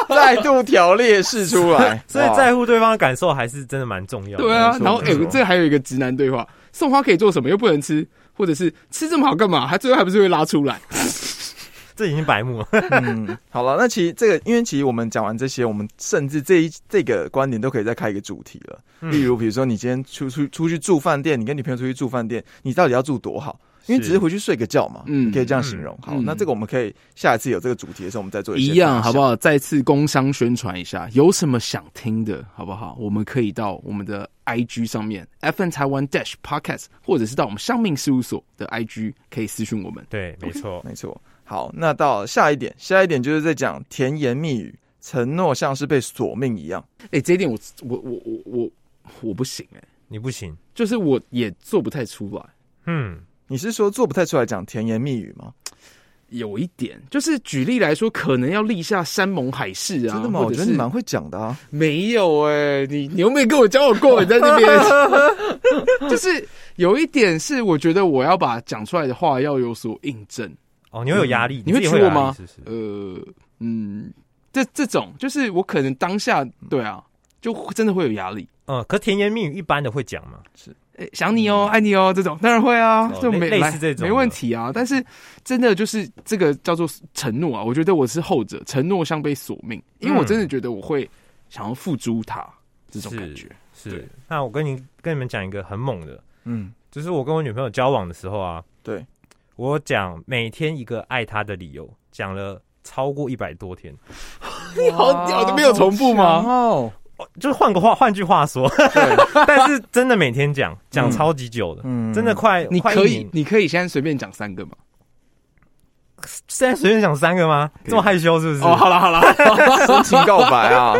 Speaker 4: 再度条列示出来 哦
Speaker 2: 所以在乎对方的感受还是真的蛮重要的。
Speaker 3: 对啊
Speaker 4: 没，错
Speaker 3: 然后哎、
Speaker 4: 没错
Speaker 3: 这还有一个直男对话，送花可以做什么？又不能吃，或者是吃这么好干嘛？他最后还不是会拉出来？
Speaker 2: 这已经白 目了。
Speaker 4: 哇嗯，好了，那其实这个，因为其实我们讲完这些，我们甚至这一这个观点都可以再开一个主题了。
Speaker 3: 哎
Speaker 2: 嗯
Speaker 4: 例如，比如说你今天出出出去住饭店，你跟女朋友出去住饭店，你到底要住多好？因为只是回去睡个觉嘛，
Speaker 3: 嗯
Speaker 4: 嗯，可以这样形容。好，
Speaker 3: 嗯
Speaker 4: 那这个我们可以下一次有这个主题的时候，我们再做
Speaker 3: 一样，好不
Speaker 4: 好？
Speaker 3: 好？再次工商宣传一下，有什么想听的，好不好？我们可以到我们的 IG 上面，FN 台湾 Dash Podcast，或者是到我们香命事务所的 IG 可以私讯我们。
Speaker 2: 对，没错，
Speaker 4: 没错。好，那到下一点，下一点就是在讲甜言蜜语，承诺像是被索命一样。
Speaker 3: 哎、这一点我我我我我我不行哎、
Speaker 2: 你不行。
Speaker 3: 就是我也做不太出来。
Speaker 2: 嗯，
Speaker 4: 你是说做不太出来讲甜言蜜语吗？
Speaker 3: 有一点，就是举例来说，可能要立下山盟海誓啊，
Speaker 4: 真的吗？
Speaker 3: 或
Speaker 4: 我
Speaker 3: 者
Speaker 4: 觉得
Speaker 3: 是
Speaker 4: 你蛮会讲的啊。
Speaker 3: 没有哎、你你又没跟我交往过，你在这边， 就是有一点是，我觉得我要把讲出来的话要有所印证。
Speaker 2: 哦，你会有压力，
Speaker 3: 嗯你
Speaker 2: 自己有
Speaker 3: 娶我
Speaker 2: 压力
Speaker 3: 吗
Speaker 2: 是不是？
Speaker 3: 呃，嗯，这这种就是我可能当下对啊，就真的会有压力。
Speaker 2: 嗯，可甜言蜜语一般的会讲嘛。
Speaker 3: 诶想你哦，爱你哦，这种当然会啊
Speaker 2: 嗯哦，
Speaker 3: 就没
Speaker 2: 类类似
Speaker 3: 来
Speaker 2: 这种的
Speaker 3: 没问题啊。但是真的就是这个叫做承诺啊，我觉得我是后者，承诺像被索命，因为
Speaker 2: 嗯
Speaker 3: 我真的觉得我会想要付诸他这种
Speaker 2: 是
Speaker 3: 感觉。对
Speaker 2: 是，那我跟你跟你们讲一个很猛的，
Speaker 4: 嗯，
Speaker 2: 就是我跟我女朋友交往的时候啊，
Speaker 4: 对，
Speaker 2: 我讲每天一个爱她的理由，讲了超过一百多天，
Speaker 4: 你
Speaker 3: 好屌的没有重复吗
Speaker 4: 哦，
Speaker 2: 哦就是换个话，换句话说， 但是真的每天讲，讲
Speaker 4: 嗯
Speaker 2: 超级久的，
Speaker 4: 嗯
Speaker 2: 真的快，
Speaker 3: 你
Speaker 2: 快
Speaker 3: 可
Speaker 2: 一
Speaker 3: 以
Speaker 2: 年，
Speaker 3: 你可以现在随便讲三个嘛？
Speaker 2: 现在随便讲三个吗？
Speaker 3: 可以
Speaker 2: 这么害羞是不是？
Speaker 3: 哦，好了好 了，
Speaker 4: 深情告白啊！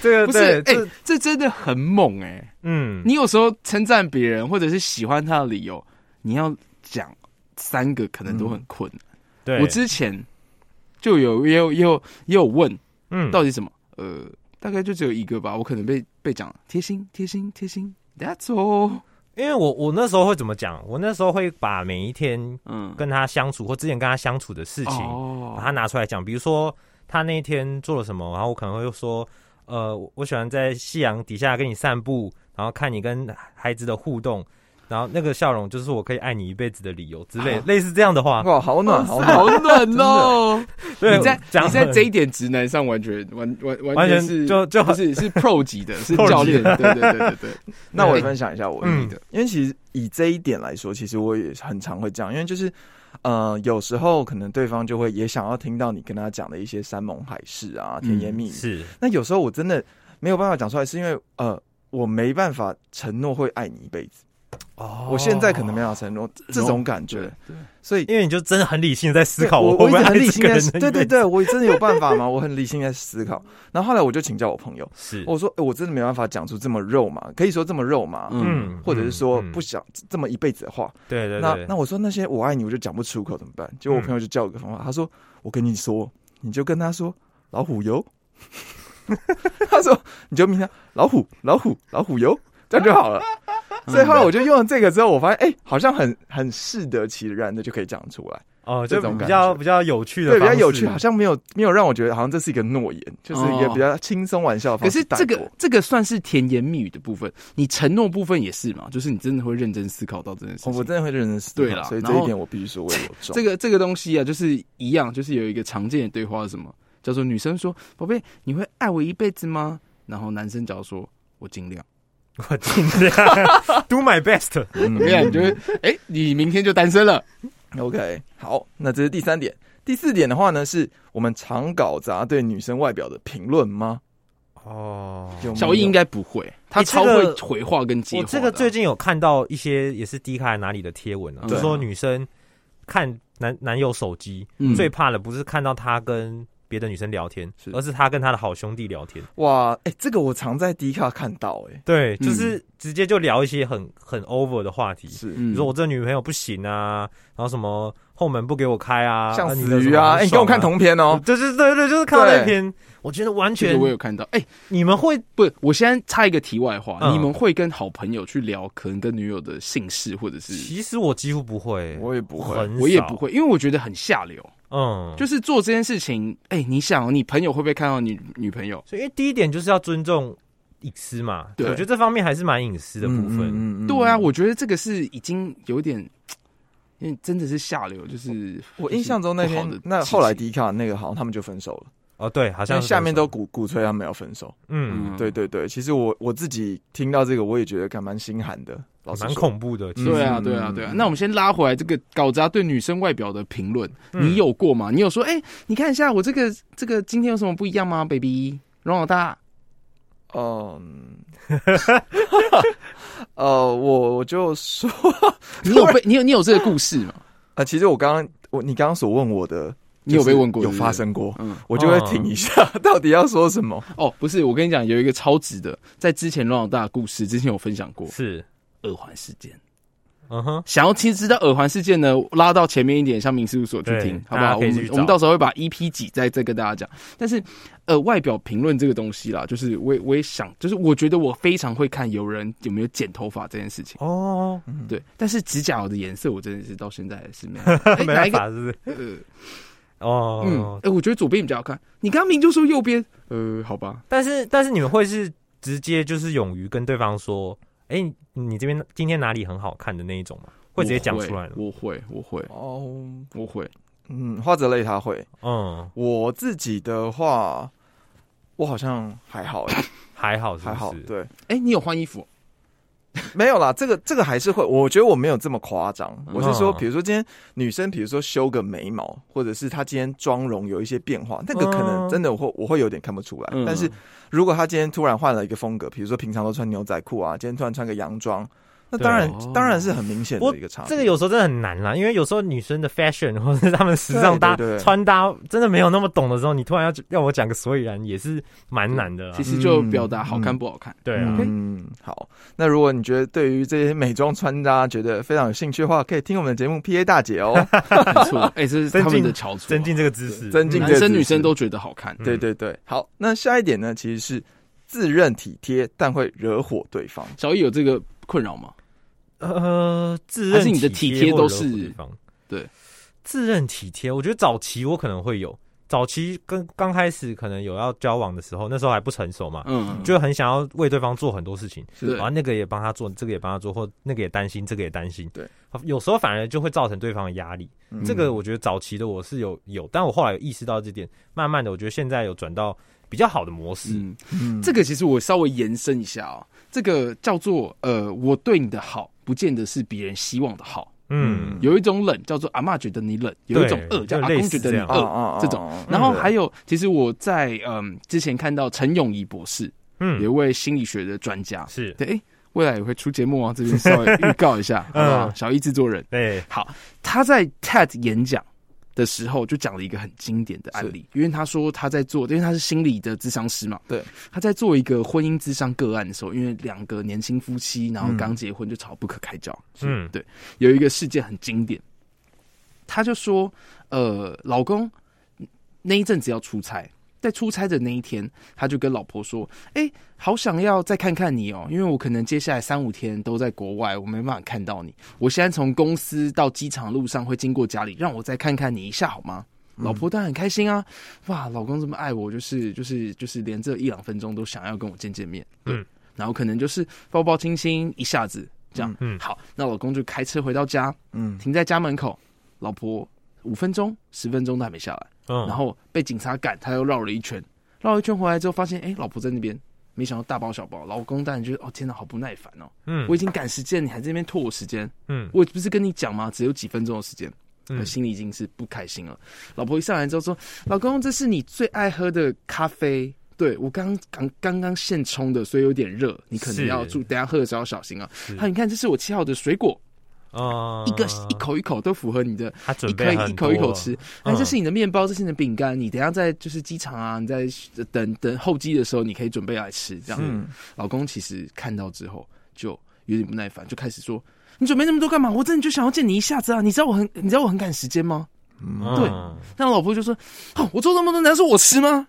Speaker 2: 这个
Speaker 3: 不是，哎、
Speaker 2: 对这
Speaker 3: 这真的很猛哎、
Speaker 2: 嗯，
Speaker 3: 你有时候称赞别人或者是喜欢他的理由，你要讲三个可能都很困难。
Speaker 2: 对，
Speaker 3: 我之前就有也有也有也有问
Speaker 2: 嗯
Speaker 3: 到底什么，呃，大概就只有一个吧。我可能被被讲贴心贴心贴心，That's all。
Speaker 2: 因为我我那时候会怎么讲？我那时候会把每一天
Speaker 3: 嗯，
Speaker 2: 跟他相处或之前跟他相处的事情，把它
Speaker 3: 哦，
Speaker 2: 拿出来讲。比如说他那一天做了什么，然后我可能会说，呃，我我喜欢在夕阳底下跟你散步，然后看你跟孩子的互动，然后那个笑容就是我可以爱你一辈子的理由之类，
Speaker 3: 啊
Speaker 2: 类似这样的话。
Speaker 4: 哇，好暖，啊好暖。
Speaker 3: 好暖哦！
Speaker 2: 对，
Speaker 3: 你在
Speaker 2: 讲
Speaker 3: 你在这一点直男上完全完完完
Speaker 2: 完全
Speaker 3: 是
Speaker 2: 就就
Speaker 3: 不 是是 pro 级的，是
Speaker 2: pro 级
Speaker 3: 教练，对对对对 对。
Speaker 4: 那我
Speaker 3: 对
Speaker 4: 也分享一下我
Speaker 2: 嗯
Speaker 4: 遇的，因为其实以这一点来说，其实我也很常会这样，因为就是。呃，有时候可能对方就会也想要听到你跟他讲的一些山盟海誓啊、甜言蜜语。
Speaker 2: 嗯是
Speaker 4: 那有时候我真的没有办法讲出来，是因为呃，我没办法承诺会爱你一辈子。
Speaker 2: 哦
Speaker 4: 我现在可能没办法承诺这种感觉，
Speaker 3: 对，
Speaker 4: 所以
Speaker 2: 因为你就真的很理性地在思考，
Speaker 4: 对我
Speaker 2: 会
Speaker 4: 一
Speaker 2: 不会
Speaker 4: 直
Speaker 2: 爱
Speaker 4: 很理
Speaker 2: 这
Speaker 4: 性
Speaker 2: 个
Speaker 4: 在
Speaker 2: 人
Speaker 4: 思，
Speaker 2: 的一辈子？
Speaker 4: 对对对，我真的有办法吗？我很理性在思考。然后后来我就请教我朋友，
Speaker 2: 是，
Speaker 4: 我说、诶我真的没办法讲出这么肉麻，可以说这么肉麻，
Speaker 3: 嗯，
Speaker 4: 或者是说
Speaker 2: 嗯
Speaker 4: 不想这么一辈子的话。
Speaker 2: 对对
Speaker 4: 那
Speaker 2: 对，
Speaker 4: 那我说那些我爱你，我就讲不出口怎么办？结果我朋友就教我一个
Speaker 3: 嗯
Speaker 4: 方法，他说我跟你说，你就跟他说老虎油，他说你就明天老虎老虎老虎油，这样就 好了。所以后来我就用了这个之后，我发现哎、诶好像很很适得其然的就可以讲出来，
Speaker 2: 哦，
Speaker 4: 这
Speaker 2: 就
Speaker 4: 种
Speaker 2: 比
Speaker 4: 感
Speaker 2: 较
Speaker 4: 觉
Speaker 2: 比较有趣的
Speaker 4: 对，
Speaker 2: 方式，
Speaker 4: 比较有趣，好像没有没有让我觉得好像这是一个诺言，就是一个
Speaker 3: 哦
Speaker 4: 比较轻松玩笑的
Speaker 3: 可
Speaker 4: 方
Speaker 3: 是
Speaker 4: 式带
Speaker 3: 这
Speaker 4: 过。
Speaker 3: 个这个算是甜言蜜语的部分，你承诺部分也是嘛？就是你真的会认真思考到这件事
Speaker 4: 哦
Speaker 3: 情。
Speaker 4: 我真的会认真思考
Speaker 3: 对啦
Speaker 4: 所以
Speaker 3: 然
Speaker 4: 这
Speaker 3: 后
Speaker 4: 一点我必须说我嗯有中。
Speaker 3: 这个这个东西啊，就是一样，就是有一个常见的对话是什么，叫做女生说：“宝贝，你会爱我一辈子吗？”然后男生只要说：“我尽量。
Speaker 2: 我尽量 do my best。”
Speaker 4: 嗯
Speaker 3: 对啊，你就会哎、你明天就单身了。
Speaker 4: OK，好，那这是第三点。第四点的话呢，是我们常搞砸对女生外表的评论吗？
Speaker 2: 哦，
Speaker 4: 有没有
Speaker 3: 小易应该不会，他
Speaker 2: 欸这
Speaker 3: 超
Speaker 2: 个
Speaker 3: 会回话跟接
Speaker 2: 我
Speaker 3: 话的啊。
Speaker 2: 这个最近有看到一些也是低卡哪里的贴文啊，
Speaker 3: 嗯
Speaker 2: 就说女生看男男友手机、
Speaker 3: 嗯
Speaker 2: 最怕的不是看到他跟别的女生聊天，
Speaker 3: 是
Speaker 2: 而是他跟他的好兄弟聊天。
Speaker 4: 哇，哎、这个我常在迪卡看到、哎，
Speaker 2: 对，就是直接就聊一些很很 over 的话题，
Speaker 4: 是、
Speaker 3: 嗯
Speaker 2: 比如说我这女朋友不行啊，然后什么后门不给我开啊，
Speaker 4: 像
Speaker 2: 你
Speaker 4: 死
Speaker 2: 的什
Speaker 4: 鱼
Speaker 2: 么
Speaker 4: 啊，哎、
Speaker 2: 很
Speaker 4: 你跟我
Speaker 2: 爽
Speaker 4: 看
Speaker 2: 啊
Speaker 4: 同片哦、
Speaker 2: 对对对对，就是看到
Speaker 4: 对
Speaker 2: 那篇，我觉得完
Speaker 3: 这
Speaker 2: 全
Speaker 3: 个我有看到，哎、
Speaker 2: 你们会
Speaker 3: 不，我先插一个题外话，
Speaker 2: 嗯
Speaker 3: 你们会跟好朋友去聊可能跟女友的姓氏或者是？
Speaker 2: 其实我几乎不会，
Speaker 4: 我也不会，
Speaker 2: 很
Speaker 3: 我也
Speaker 2: 少
Speaker 3: 不，会，因为我觉得很下流。
Speaker 2: 嗯，就
Speaker 3: 就是做这件事情，哎、你想哦，你朋友会不会看到你女朋友？
Speaker 2: 所以因为第一点就是要尊重隐私嘛，
Speaker 3: 对
Speaker 2: 我觉得这方面还是蛮隐私的部分。
Speaker 4: 嗯
Speaker 3: 对啊，我觉得这个是已经有点，因为真的是下流，就是
Speaker 4: 我印象中那
Speaker 3: 就是不好
Speaker 4: 天
Speaker 3: 的
Speaker 4: 那
Speaker 3: 事
Speaker 4: 后来
Speaker 3: 情
Speaker 4: 迪卡那个好像他们就分手了，
Speaker 2: 哦，对，好
Speaker 4: 因
Speaker 2: 像
Speaker 4: 为
Speaker 2: 是
Speaker 4: 下面
Speaker 2: 分
Speaker 4: 都
Speaker 2: 手
Speaker 4: 鼓鼓吹他们要分手。
Speaker 2: 嗯，
Speaker 4: 对对对，其实我我自己听到这个，我也觉得感蛮心寒的，老实
Speaker 2: 蛮
Speaker 4: 说。
Speaker 2: 恐怖的。其实
Speaker 3: 对啊，对啊，对啊。
Speaker 4: 嗯
Speaker 3: 那我们先拉回来这个搞砸对女生外表的评论，
Speaker 2: 嗯
Speaker 3: 你有过吗？你有说，哎、你看一下我这个这个今天有什么不一样吗，baby？荣老大，
Speaker 4: 嗯， 呃，我我就说，
Speaker 3: 你有被你有你有这个故事吗？
Speaker 4: 呃，其实我刚刚我你刚刚所问我的，
Speaker 3: 你有被问过
Speaker 4: 就
Speaker 3: 对不对
Speaker 4: 是有发生过，
Speaker 3: 嗯，
Speaker 4: 我就会
Speaker 2: 哦
Speaker 4: 挺一下， 到底要说什么？
Speaker 3: 哦，不是，我跟你讲，有一个超值的，在之前荣老大的故事之前有分享过
Speaker 2: 是，
Speaker 3: 耳环事件。
Speaker 2: 嗯哼，
Speaker 3: 想要亲知道耳环事件呢，拉到前面一点，像民事务所去
Speaker 2: 对
Speaker 3: 听，好
Speaker 2: 大
Speaker 3: 不
Speaker 2: 家
Speaker 3: 好？
Speaker 2: 可
Speaker 3: 我
Speaker 2: 以
Speaker 3: 们
Speaker 2: 去
Speaker 3: 我们
Speaker 2: 找
Speaker 3: 到时候会把 EP 几再再跟大家讲。但是，呃，外表评论这个东西啦，就是我呃也我也想，就是我觉得我非常会看有人有没有剪头发这件事
Speaker 4: 哎
Speaker 3: 情。
Speaker 2: 哦，
Speaker 4: 嗯
Speaker 3: 对，但是指甲油的颜色，我真的是到现在还 是没有。哎
Speaker 2: 没
Speaker 3: 哪
Speaker 2: 办
Speaker 3: 一个？
Speaker 2: 法，是不是？
Speaker 3: 呃，嗯，哎
Speaker 2: 哦、，
Speaker 3: 我觉得左边比较好看。你刚刚明就说右边，呃，好吧，
Speaker 2: 但是但是你们会是直接就是勇于跟对方说，哎，你你这边今天哪里很好看的那一种吗？会直接讲出来的吗，
Speaker 3: 我会，我会，
Speaker 4: 哦，
Speaker 3: 我会。
Speaker 4: 嗯，花泽类他会，
Speaker 2: 嗯，
Speaker 4: 我自己的话，我好像还好、欸，
Speaker 2: 还好是不
Speaker 4: 还
Speaker 2: 是，
Speaker 4: 好，对，
Speaker 3: 哎、你有换衣服？
Speaker 4: 没有啦，这个这个还是会，我觉得我没有这么夸张。我是说，
Speaker 2: 嗯
Speaker 4: 比如说今天女生，比如说修个眉毛，或者是她今天妆容有一些变化，那个可能
Speaker 2: 嗯
Speaker 4: 真的我会我会有点看不出来。
Speaker 3: 嗯
Speaker 4: 但是如果她今天突然换了一个风格，比如说平常都穿牛仔裤啊，今天突然穿个洋装，那当然
Speaker 3: 对哦
Speaker 4: 当然是很明显
Speaker 2: 我
Speaker 4: 的一个差别。
Speaker 2: 这个有时候真的很难啦，因为有时候女生的 fashion 或者是她们时尚搭
Speaker 4: 对对对
Speaker 2: 穿搭真的没有那么懂的时候，你突然要要我讲个所以然，也是蛮难的啦
Speaker 3: 其。实就
Speaker 4: 嗯
Speaker 3: 表达好看
Speaker 4: 嗯
Speaker 3: 不好看。
Speaker 2: 对啊，
Speaker 4: 嗯，好。那如果你觉得对于这些美妆穿搭觉得非常有兴趣的话，可以听我们的节目 P A 大 姐哦。
Speaker 3: 没 错，哎、这是他们的翘楚、啊，
Speaker 2: 增进这个知识，
Speaker 4: 增进
Speaker 2: 嗯
Speaker 4: 这
Speaker 3: 男
Speaker 4: 个
Speaker 3: 生
Speaker 4: 自
Speaker 3: 女生
Speaker 4: 信
Speaker 3: 都觉得好看。
Speaker 4: 对对对，好。那下一点呢，其实是自认体贴，但会惹火对方。
Speaker 3: 小易有这个困扰吗？
Speaker 2: 呃，自
Speaker 3: 还
Speaker 2: 认
Speaker 3: 是你的
Speaker 2: 体
Speaker 3: 体贴
Speaker 2: 或
Speaker 3: 都
Speaker 2: 者
Speaker 3: 是
Speaker 2: 对方
Speaker 3: 对
Speaker 2: 自认体贴，我觉得早期我可能会有，早期跟刚开始可能有要交往的时候，那时候还不成熟嘛，
Speaker 3: 嗯，
Speaker 2: 就很想要为对方做很多事情，
Speaker 3: 是
Speaker 2: 啊，那个也帮他做，这个也帮他做，或那个也担心，这个也担心。
Speaker 4: 对，
Speaker 2: 有时候反而就会造成对方的压力。
Speaker 4: 嗯
Speaker 2: 这个我觉得早期的我是有有，但我后来有意识到这点，慢慢的我觉得现在有转到比较好的模式。
Speaker 3: 嗯，
Speaker 4: 嗯
Speaker 3: 这个其实我稍微延伸一下哦，这个叫做呃，我对你的好，不见得是别人希望的好。
Speaker 2: 嗯，
Speaker 4: 嗯
Speaker 3: 有一种冷叫做阿嬷觉得你冷，有一种
Speaker 2: 对
Speaker 3: 饿叫
Speaker 2: 就
Speaker 3: 阿
Speaker 2: 类
Speaker 3: 公
Speaker 2: 似
Speaker 3: 觉得
Speaker 2: 这
Speaker 3: 你
Speaker 2: 样
Speaker 4: 啊
Speaker 3: 饿。
Speaker 4: 啊啊
Speaker 3: 这种
Speaker 4: 啊
Speaker 3: 然后
Speaker 4: 对
Speaker 3: 还有，其实我在嗯之前看到陈永仪博士，有一
Speaker 2: 嗯，
Speaker 3: 位心理学的专家，
Speaker 2: 是，
Speaker 3: 对，哎，未来也会出节目啊，这边稍微预告一 下，好不好？
Speaker 2: 嗯
Speaker 3: 小易制作人，
Speaker 2: 对，
Speaker 3: 好，他在 TED 演讲的时候就讲了一个很经典的案例，因为他说他在做，因为他是心理的咨商师嘛，
Speaker 4: 对，
Speaker 3: 他在做一个婚姻咨商个案的时候，因为两个年轻夫妻，然后
Speaker 4: 嗯
Speaker 3: 刚结婚就吵不可开交，
Speaker 2: 嗯
Speaker 3: 对，有一个事件很经典，他就说，呃，老公那一阵子要出差。在出差的那一天，他就跟老婆说：“哎、好想要再看看你哦，因为我可能接下来三五天都在国外，我没办法看到你。我现在从公司到机场路上会经过家里，让我再看看你一下好吗？”
Speaker 2: 嗯
Speaker 3: 老婆当然很开心啊！哇，老公这么爱我，就是就是就是连这一两分钟都想要跟我见见面，对
Speaker 2: 嗯
Speaker 3: 然后可能就是抱抱亲亲，一下子这样。
Speaker 2: 嗯
Speaker 3: 好，那老公就开车回到家，
Speaker 4: 嗯
Speaker 3: 停在家门口，老婆五分钟、十分钟都还没下来，
Speaker 2: 嗯，
Speaker 3: 然后被警察赶，他又绕了一圈，绕了一圈回来之后发现，哎、老婆在那边，没想到大包小包，老公当然觉得，哦，天哪，好不耐烦哦，
Speaker 2: 嗯
Speaker 3: 我已经赶时间，你还在那边拖我时间，
Speaker 2: 嗯
Speaker 3: 我不是跟你讲吗？只有几分钟的时间，
Speaker 2: 嗯
Speaker 3: 我心里已经是不开心了。老婆一上来之后说，老公，这是你最爱喝的咖啡。对我刚刚刚刚现冲的，所以有点热，你可能
Speaker 2: 是
Speaker 3: 要注等一下喝的时候要小心啊。
Speaker 2: 是
Speaker 3: 好，你看这是我切好的水果，
Speaker 2: 哦，
Speaker 3: 呃一个一，口一口都符合你的，
Speaker 2: 他准
Speaker 3: 一
Speaker 2: 备
Speaker 3: 颗
Speaker 2: 很
Speaker 3: 一口一口
Speaker 2: 多嗯
Speaker 3: 吃。那这是你的面包，这是你的饼干，你等一下在就是机场啊，你在呃等等候机的时候，你可以准备来吃。这样，
Speaker 4: 嗯，
Speaker 3: 老公其实看到之后就有点不耐烦，就开始说：“你准备那么多干嘛？我真的就想要见你一下子啊！你知道我很，你知道我很赶时间吗
Speaker 4: 嗯
Speaker 2: 嗯
Speaker 3: 对，那我老婆就说：“哦，我做这么多难道是我吃吗？”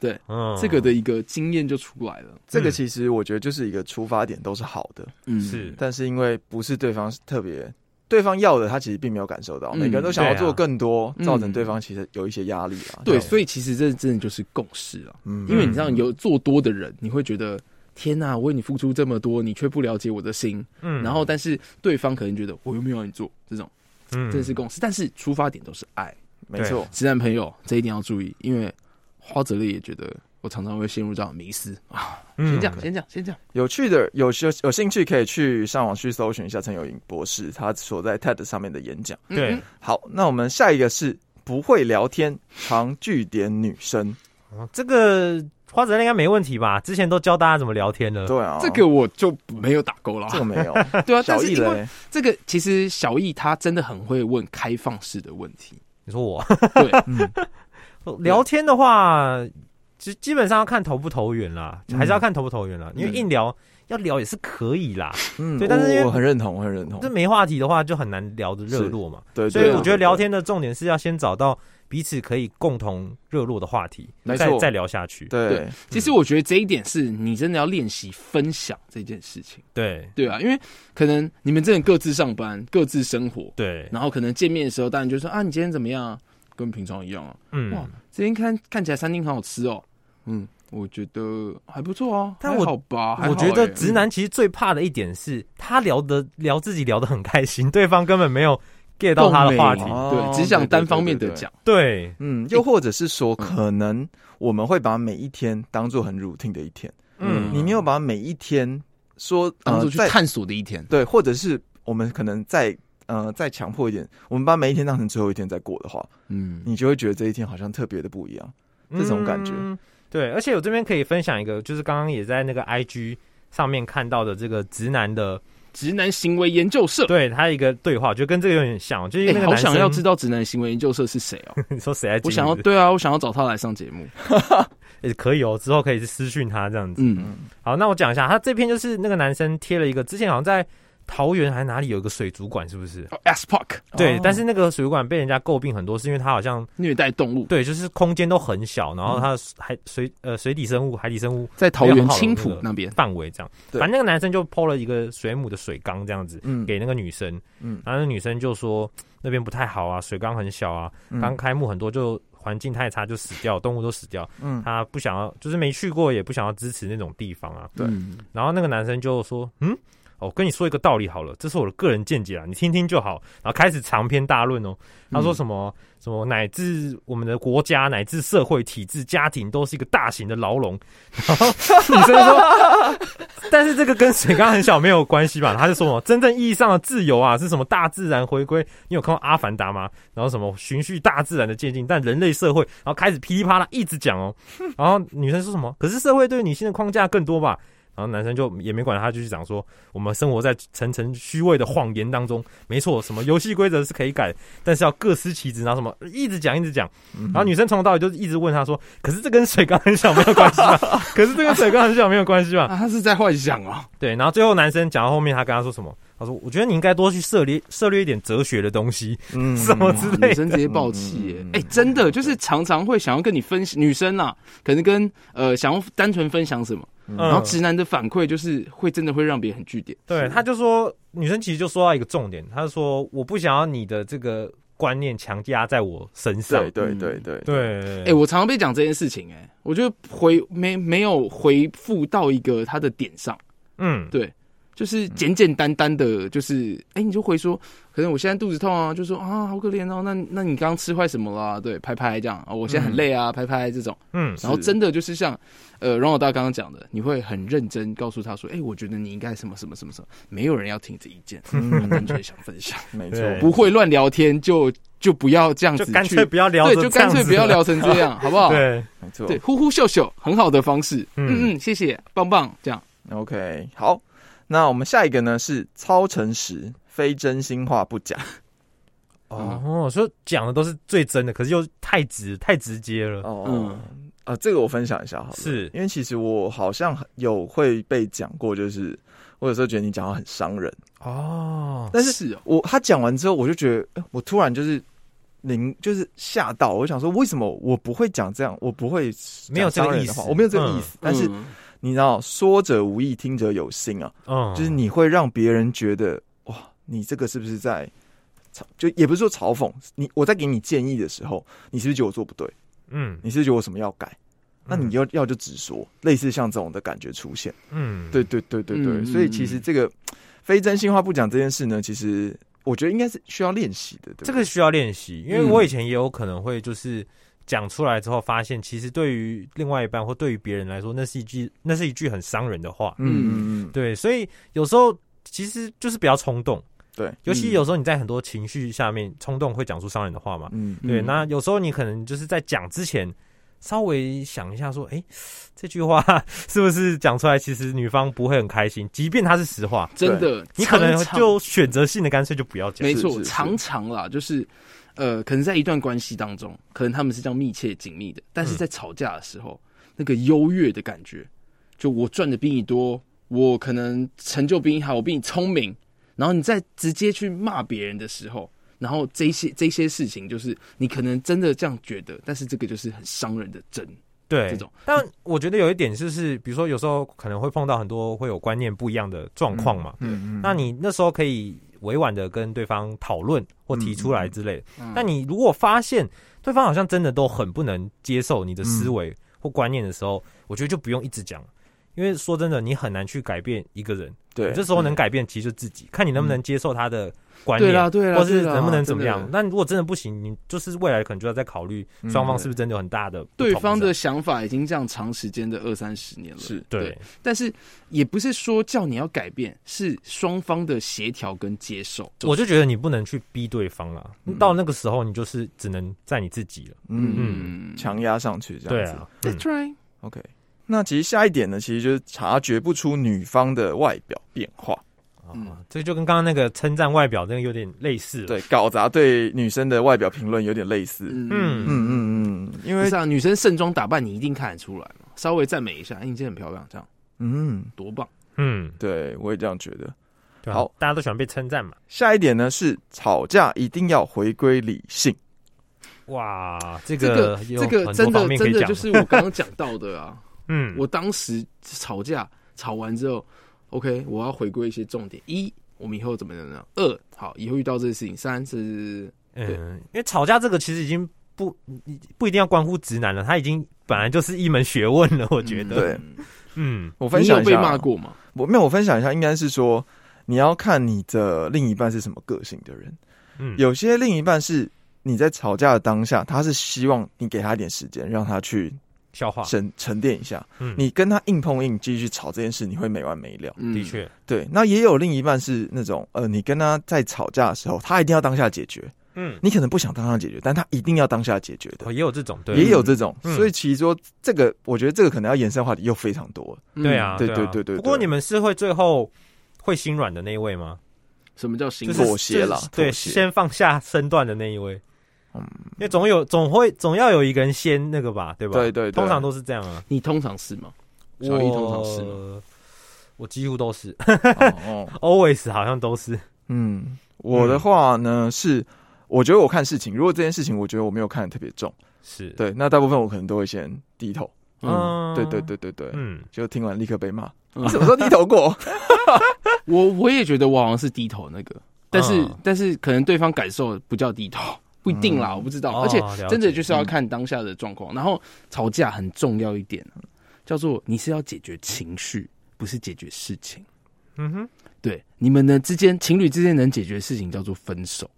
Speaker 3: 对，
Speaker 2: 嗯
Speaker 3: 这个的一个经验就出来了。
Speaker 4: 这个其实我觉得就是一个出发点都是好的，
Speaker 3: 嗯，
Speaker 2: 是
Speaker 4: 但是因为不是对方特别，对方要的他其实并没有感受到，
Speaker 3: 嗯
Speaker 4: 每个人都想要
Speaker 2: 对啊
Speaker 4: 做更多，
Speaker 3: 嗯
Speaker 4: 造成对方其实有一些压力啊。
Speaker 3: 对，
Speaker 4: 这样
Speaker 3: 所以其实这真的就是共识啊。
Speaker 4: 嗯
Speaker 3: 因为你知道，有做多的人，你会觉得天呐、我为你付出这么多，你却不了解我的心。
Speaker 2: 嗯
Speaker 3: 然后，但是对方可能觉得我又没有让你做，这种
Speaker 2: 嗯
Speaker 3: 这是共识。但是出发点都是爱，
Speaker 4: 没错，
Speaker 3: 直男朋友这一定要注意，因为花泽类也觉得我常常会陷入这样的迷思啊。先
Speaker 2: 嗯
Speaker 3: 这样，先这样，先这样。
Speaker 4: 有趣的有有有兴趣可以去上网去搜寻一下陈友莹博士他所在 TED 上面的演讲。
Speaker 3: 嗯
Speaker 2: 对
Speaker 3: 嗯
Speaker 4: 好，那我们下一个是不会聊天常据点女生，
Speaker 2: 哦这个花泽类应该没问题吧？之前都教大家怎么聊天了，
Speaker 4: 对啊，
Speaker 3: 这个我就没有打勾了。
Speaker 4: 这个没有，
Speaker 3: 对啊，但
Speaker 4: 小
Speaker 3: 是
Speaker 4: 易
Speaker 3: 因为
Speaker 4: 嘞，
Speaker 3: 这个其实小易他真的很会问开放式的问题。
Speaker 2: 你说 我
Speaker 3: 对，
Speaker 4: 嗯，
Speaker 2: 聊天的话，基基本上要看投不投缘啦，
Speaker 4: 嗯
Speaker 2: 还是要看投不投缘啦，因为
Speaker 3: 嗯
Speaker 2: 硬聊要聊也是可以啦，
Speaker 4: 嗯
Speaker 2: 对但是因为
Speaker 4: 我我很认同，我很认同
Speaker 2: 这，没话题的话就很难聊得热络嘛。
Speaker 4: 对，
Speaker 2: 所以
Speaker 4: 哦对啊
Speaker 2: 我觉得聊天的重点是要先找到彼此可以共同热络的话题，
Speaker 4: 没
Speaker 2: 再
Speaker 4: 错
Speaker 2: 再聊下去。
Speaker 4: 对
Speaker 3: 对，其
Speaker 2: 嗯
Speaker 3: 实我觉得这一点是你真的要练习分享这件事情。
Speaker 2: 对
Speaker 3: 对啊，因为可能你们真的各自上班、各自生活，
Speaker 2: 对，
Speaker 3: 然后可能见面的时候，当然就说啊，你今天怎么样啊？跟平常一样啊。哇
Speaker 2: 嗯，，
Speaker 3: 今天看看起来餐厅很好吃哦。嗯，我觉得还不错啊，
Speaker 2: 但
Speaker 3: 还
Speaker 2: 我
Speaker 3: 好吧，还
Speaker 2: 我
Speaker 3: 好
Speaker 2: 觉得
Speaker 3: 欸
Speaker 2: 直男其实最怕的一点是他聊的聊自己聊得很开心，对方根本没有 get 到他的话题
Speaker 3: 共。
Speaker 4: 哦
Speaker 3: 鸣对，只想单方面的讲，
Speaker 2: 对，
Speaker 4: 嗯，又或者是说，可能我们会把每一天当做很 routine 的一天，
Speaker 2: 嗯，
Speaker 4: 你没有把每一天说
Speaker 3: 当
Speaker 4: 呃
Speaker 3: 做去
Speaker 4: 在
Speaker 3: 探索的一天。
Speaker 4: 对，或者是我们可能再呃再强迫一点，我们把每一天当成最后一天在过的话，
Speaker 3: 嗯，
Speaker 4: 你就会觉得这一天好像特别的不一样。这种感觉
Speaker 2: 嗯对，而且我这边可以分享一个，就是刚刚也在那个 IG 上面看到的这个直男的，
Speaker 3: 直男行为研究社，
Speaker 2: 对他一个对话，就跟这个有点像，就是那个
Speaker 3: 哎，好
Speaker 2: 男生、
Speaker 3: 想要知道直男行为研究社是谁哦。
Speaker 2: 你说谁在经
Speaker 3: 我
Speaker 2: 营
Speaker 3: 想要，
Speaker 2: 这
Speaker 3: 对啊，我想要找他来上节目。
Speaker 2: 个、欸可以哦，之后可以私讯他这样子。
Speaker 3: 嗯，
Speaker 4: 嗯，
Speaker 2: 好，那我讲一下，他这篇就是那个男生贴了一个，之前好像在桃园还哪里有一个水族馆，是不是？
Speaker 3: 哦 S Park
Speaker 2: 对，
Speaker 4: 哦
Speaker 2: 但是那个水族馆被人家诟病很多，是因为他好像
Speaker 3: 虐待动物，
Speaker 2: 对，就是空间都很小，
Speaker 3: 嗯
Speaker 2: 然后他的海水呃水底生物、海底生物
Speaker 3: 在桃
Speaker 2: 没有
Speaker 3: 园
Speaker 2: 好的
Speaker 3: 青
Speaker 2: 那
Speaker 3: 浦
Speaker 2: 个
Speaker 3: 那边。
Speaker 2: 范围这样。
Speaker 4: 对
Speaker 2: 反正那个男生就抛了一个水母的水缸这样子，
Speaker 4: 嗯
Speaker 2: 给那个女生，
Speaker 4: 嗯
Speaker 2: 然后那女生就说那边不太好啊，水缸很小啊，
Speaker 4: 嗯
Speaker 2: 刚开幕很多就环境太差就死掉，动物都死掉，
Speaker 4: 嗯
Speaker 2: 她不想要，就是没去过也不想要支持那种地方啊。
Speaker 4: 对
Speaker 3: 嗯
Speaker 2: 然后那个男生就说，嗯。哦，我跟你说一个道理好了，这是我的个人见解啊，你听听就好。然后开始长篇大论哦，他说什么、什么乃至我们的国家乃至社会体制、家庭都是一个大型的牢笼。然后女生说，但是这个跟水缸很小没有关系吧？他就说什么真正意义上的自由啊，是什么大自然回归？你有看过《阿凡达》吗？然后什么循序大自然的渐进，但人类社会，然后开始噼里啪啦一直讲哦。然后女生说什么？可是社会对女性的框架更多吧？然后男生就也没管他，继续讲说我们生活在层层虚伪的谎言当中。没错，什么游戏规则是可以改，但是要各司其职，然后什么一直讲一直讲。
Speaker 4: 嗯
Speaker 2: 然后女生从头到尾就一直问他说：“可是这跟水缸很小没有关系吧？ 可是这跟水缸很小没有关系吧？”
Speaker 3: 啊，他是在幻想哦。
Speaker 2: 对，然后最后男生讲到后面，他跟他说什么？他说：“我觉得你应该多去涉猎涉猎一点哲学的东西。
Speaker 4: 嗯
Speaker 2: 什么
Speaker 3: 哇
Speaker 2: 之类
Speaker 3: 女生直接爆气耶
Speaker 4: 嗯！
Speaker 3: 哎、真的就是常常会想要跟你分享，女生啊，可能跟呃想要单纯分享什么，
Speaker 4: 嗯
Speaker 3: 然后直男的反馈就是会真的会让别人很据点。
Speaker 2: 对，他就说女生其实就说到一个重点，她就说我不想要你的这个观念强加在我身上。
Speaker 4: 对对对对，
Speaker 2: 对，
Speaker 4: 嗯
Speaker 3: 哎、我常常被讲这件事情、哎，我就回没没有回复到一个他的点上。
Speaker 2: 嗯，
Speaker 3: 对，就是简简单单的，就是哎、你就回说，可能我现在肚子痛啊，就说啊，好可怜哦，那那你刚刚吃坏什么啦？对，拍拍这样，哦，我现在很累啊，拍拍这种，
Speaker 2: 嗯，
Speaker 3: 然后
Speaker 4: 是
Speaker 3: 真的就是像呃荣老大刚刚讲的，你会很认真告诉他说，哎、我觉得你应该什么什么什么什么，没有人要听这意 见，嗯，单纯想分享，
Speaker 4: 没错，
Speaker 2: 对
Speaker 3: 不会乱聊天就就不要这样
Speaker 2: 就
Speaker 3: 子
Speaker 2: 干
Speaker 3: 去
Speaker 2: 脆，不要聊，
Speaker 3: 对，就干脆不要，聊成这 样，好不好？
Speaker 2: 对，
Speaker 4: 没错，
Speaker 3: 对，呼呼秀秀，很好的方式。
Speaker 2: 嗯
Speaker 3: 嗯嗯，谢谢，棒棒，这样。
Speaker 4: OK，好，那我们下一个呢是超诚实，非真心话不讲。
Speaker 2: 哦，所以讲的都是最真的，可是又太直太直接 了，
Speaker 4: 哦，
Speaker 3: 嗯
Speaker 4: 啊，这个我分享一下好了，
Speaker 2: 是
Speaker 4: 因为其实我好像有会被讲过，就是我有时候觉得你讲话很伤人，
Speaker 2: 哦，
Speaker 4: 但是
Speaker 3: 是哦，
Speaker 4: 我他讲完之后，我就觉得呃我突然就是。您就是吓到，我想说为什么我不会讲这样，我不会
Speaker 2: 没有这
Speaker 4: 讲
Speaker 2: 个
Speaker 4: 伤人
Speaker 2: 意
Speaker 4: 的
Speaker 2: 思
Speaker 4: 话，我没有这个意思。但是
Speaker 3: 嗯
Speaker 4: 你知道，说者无意，听者有心啊。
Speaker 2: 嗯，
Speaker 4: 就是你会让别人觉得哇，你这个是不是在嘲？就也不是说嘲讽你，我在给你建议的时候，你是不是觉得我做不对？
Speaker 2: 嗯，
Speaker 4: 你是不是觉得我什么要改？那你要要就直说，类似像这种的感觉出现。
Speaker 2: 嗯，
Speaker 4: 对对对对对，
Speaker 3: 嗯
Speaker 4: 所以其实这个非真心话不讲这件事呢，其实我觉得应该是需要练习的。对不对
Speaker 2: 这个需要练习，因为
Speaker 3: 嗯
Speaker 2: 我以前也有可能会就是讲出来之后，发现其实对于另外一半或对于别人来说，那是一句那是一句很伤人的话。
Speaker 4: 嗯嗯嗯，
Speaker 2: 对，所以有时候其实就是比较冲动，
Speaker 4: 对，嗯
Speaker 2: 尤其有时候你在很多情绪下面冲动会讲出伤人的话嘛。
Speaker 4: 嗯
Speaker 2: 对，
Speaker 3: 嗯
Speaker 2: 那有时候你可能就是在讲之前稍微想一下，说，哎、这句话 是不是讲出来，其实女方不会很开心，即便她是实话，
Speaker 3: 真的，
Speaker 2: 你可能
Speaker 3: 常常
Speaker 2: 就选择性的干脆就不要讲。
Speaker 3: 没
Speaker 4: 是
Speaker 3: 错，
Speaker 4: 是是
Speaker 3: 常常啦，就是呃，可能在一段关系当中，可能他们是这样密切紧密的，但
Speaker 2: 嗯
Speaker 3: 是在吵架的时候，那个优越的感觉，就我赚的比你多，我可能成就比你好，我比你聪明，然后你再直接去骂别人的时候。然后这些这些事情，就是你可能真的这样觉得，但是这个就是很伤人的针。
Speaker 2: 对，
Speaker 3: 这种。
Speaker 2: 但我觉得有一点就是，比如说有时候可能会碰到很多会有观念不一样的状况嘛，
Speaker 4: 嗯嗯
Speaker 2: 那你那时候可以委婉的跟对方讨论或提出
Speaker 3: 嗯
Speaker 2: 来之类的。但你如果发现对方好像真的都很不能接受你的思
Speaker 3: 嗯
Speaker 2: 维或观念的时候，我觉得就不用一直讲，因为说真的，你很难去改变一个人。
Speaker 4: 对，
Speaker 2: 你这时候能改变其实就自己，看你能不能接受他的观
Speaker 3: 嗯对
Speaker 2: 念，
Speaker 3: 啦，对啦，
Speaker 2: 或是
Speaker 3: 对啦
Speaker 2: 能不能怎么
Speaker 3: 真
Speaker 2: 样
Speaker 3: 的。嗯
Speaker 2: 那如果真的不行，你就是未来可能就要再考虑双方是不是真的有很大的不同
Speaker 3: 对方的想法已经这样长时间的二三十年了，
Speaker 4: 是
Speaker 2: 对，
Speaker 3: 但是也不是说叫你要改变，是双方的协调跟接受。
Speaker 2: 我就觉得你不能去逼对方了
Speaker 4: 嗯，
Speaker 2: 到那个时候你就是只能在你自己了。
Speaker 4: 嗯嗯强压上去这
Speaker 2: 对
Speaker 4: 样子。
Speaker 2: 啊，嗯
Speaker 3: That's right，
Speaker 4: OK，那其实下一点呢，其实就是察觉不出女方的外表变化。
Speaker 2: 啊
Speaker 3: 嗯，
Speaker 2: 这就跟刚刚那个称赞外表那个有点类似。，
Speaker 4: 对，搞砸对女生的外表评论有点类似。嗯
Speaker 2: 嗯
Speaker 3: 嗯，
Speaker 4: 嗯嗯，嗯因
Speaker 3: 不
Speaker 4: 为
Speaker 3: 是啊，女生盛装打扮你一定看得出来嘛，稍微赞美一下，哎，你今天很漂亮，这样
Speaker 4: 嗯，
Speaker 3: 多棒。
Speaker 2: 嗯，
Speaker 4: 对我也这样觉得。
Speaker 2: 对啊
Speaker 4: 好，
Speaker 2: 大家都喜欢被称赞嘛。
Speaker 4: 下一点呢是吵架一定要回归理性。
Speaker 2: 哇，这
Speaker 3: 这个
Speaker 2: 有
Speaker 3: 这个
Speaker 2: 很
Speaker 3: 真
Speaker 2: 多
Speaker 3: 的
Speaker 2: 方面可
Speaker 3: 真
Speaker 2: 以
Speaker 3: 的
Speaker 2: 讲
Speaker 3: 就。是我刚刚讲到的啊，
Speaker 2: 嗯，
Speaker 3: 我当时吵架吵完之后，OK，我要回归一些重点：一，我们以后怎么怎么样；二，好，以后遇到这些事情；三是对
Speaker 2: 嗯，因为吵架这个其实已经不不一定要关乎直男了，他已经本来就是一门学问了。我觉得，
Speaker 4: 对
Speaker 3: 嗯
Speaker 2: 嗯，
Speaker 4: 我分
Speaker 3: 你有
Speaker 4: 享一
Speaker 3: 被
Speaker 4: 下，啊
Speaker 3: 骂过吗？
Speaker 4: 我没有，我分享一下，应该是说你要看你的另一半是什么个性的人。
Speaker 2: 嗯
Speaker 4: 有些另一半是你在吵架的当下，他是希望你给他一点时间，让他去
Speaker 2: 笑话，
Speaker 4: 沉沉淀一下。
Speaker 2: 嗯，
Speaker 4: 你跟他硬碰硬继续吵这件事，你会没完没了。
Speaker 3: 嗯
Speaker 2: 的，确，
Speaker 4: 对，那也有另一半是那种，呃，你跟他在吵架的时候，他一定要当下解决，
Speaker 2: 嗯，
Speaker 4: 你可能不想当下解决，但他一定要当下解决
Speaker 2: 哦
Speaker 4: 的，
Speaker 2: 也有这种，对，
Speaker 4: 也有这种。
Speaker 2: 嗯
Speaker 4: 所以其实说这个，我觉得这个可能要延伸话题又非常多了。
Speaker 3: 嗯
Speaker 2: 对啊，
Speaker 4: 对
Speaker 2: 啊
Speaker 4: 对对对对
Speaker 2: 不过你们是会最后会心软的那一位吗？
Speaker 3: 什么叫心
Speaker 2: 就
Speaker 3: 软
Speaker 2: 是
Speaker 4: 妥协啦
Speaker 2: 就是对，
Speaker 4: 妥协
Speaker 2: 先放下身段的那一位。
Speaker 4: 嗯
Speaker 2: 因为总有总会总要有一个人先那个吧，对吧？
Speaker 4: 对对对
Speaker 2: 通常都是这样啊。
Speaker 3: 你通常是吗？
Speaker 2: 我
Speaker 3: 小易通常是吗
Speaker 2: 我几乎都是
Speaker 4: 哦，哦
Speaker 2: ，always 好像都是。
Speaker 4: 嗯，我的话呢是，我觉得我看事情，如果这件事情我觉得我没有看得特别重，
Speaker 2: 是，，
Speaker 4: 对，那大部分我可能都会先低头。
Speaker 3: 嗯，
Speaker 2: 嗯
Speaker 4: 对对，对对对，
Speaker 2: 嗯，
Speaker 4: 就听完立刻被骂，
Speaker 3: 嗯
Speaker 4: 你 什么时候低 头过？
Speaker 3: 我我也觉得我好像是低头那个，但是、
Speaker 2: 嗯
Speaker 3: 但是可能对方感受不叫低 头，不一定啦，
Speaker 4: 嗯
Speaker 3: 我不知道。
Speaker 2: 哦
Speaker 3: 而且
Speaker 2: 了解
Speaker 3: 真的就是要看当下的状况。然后吵架啊很重要一点，叫做你是要解决情绪，不是解决事情。
Speaker 2: 嗯哼，
Speaker 3: 对，你们呢之间情侣之间能解决的事情叫做分手，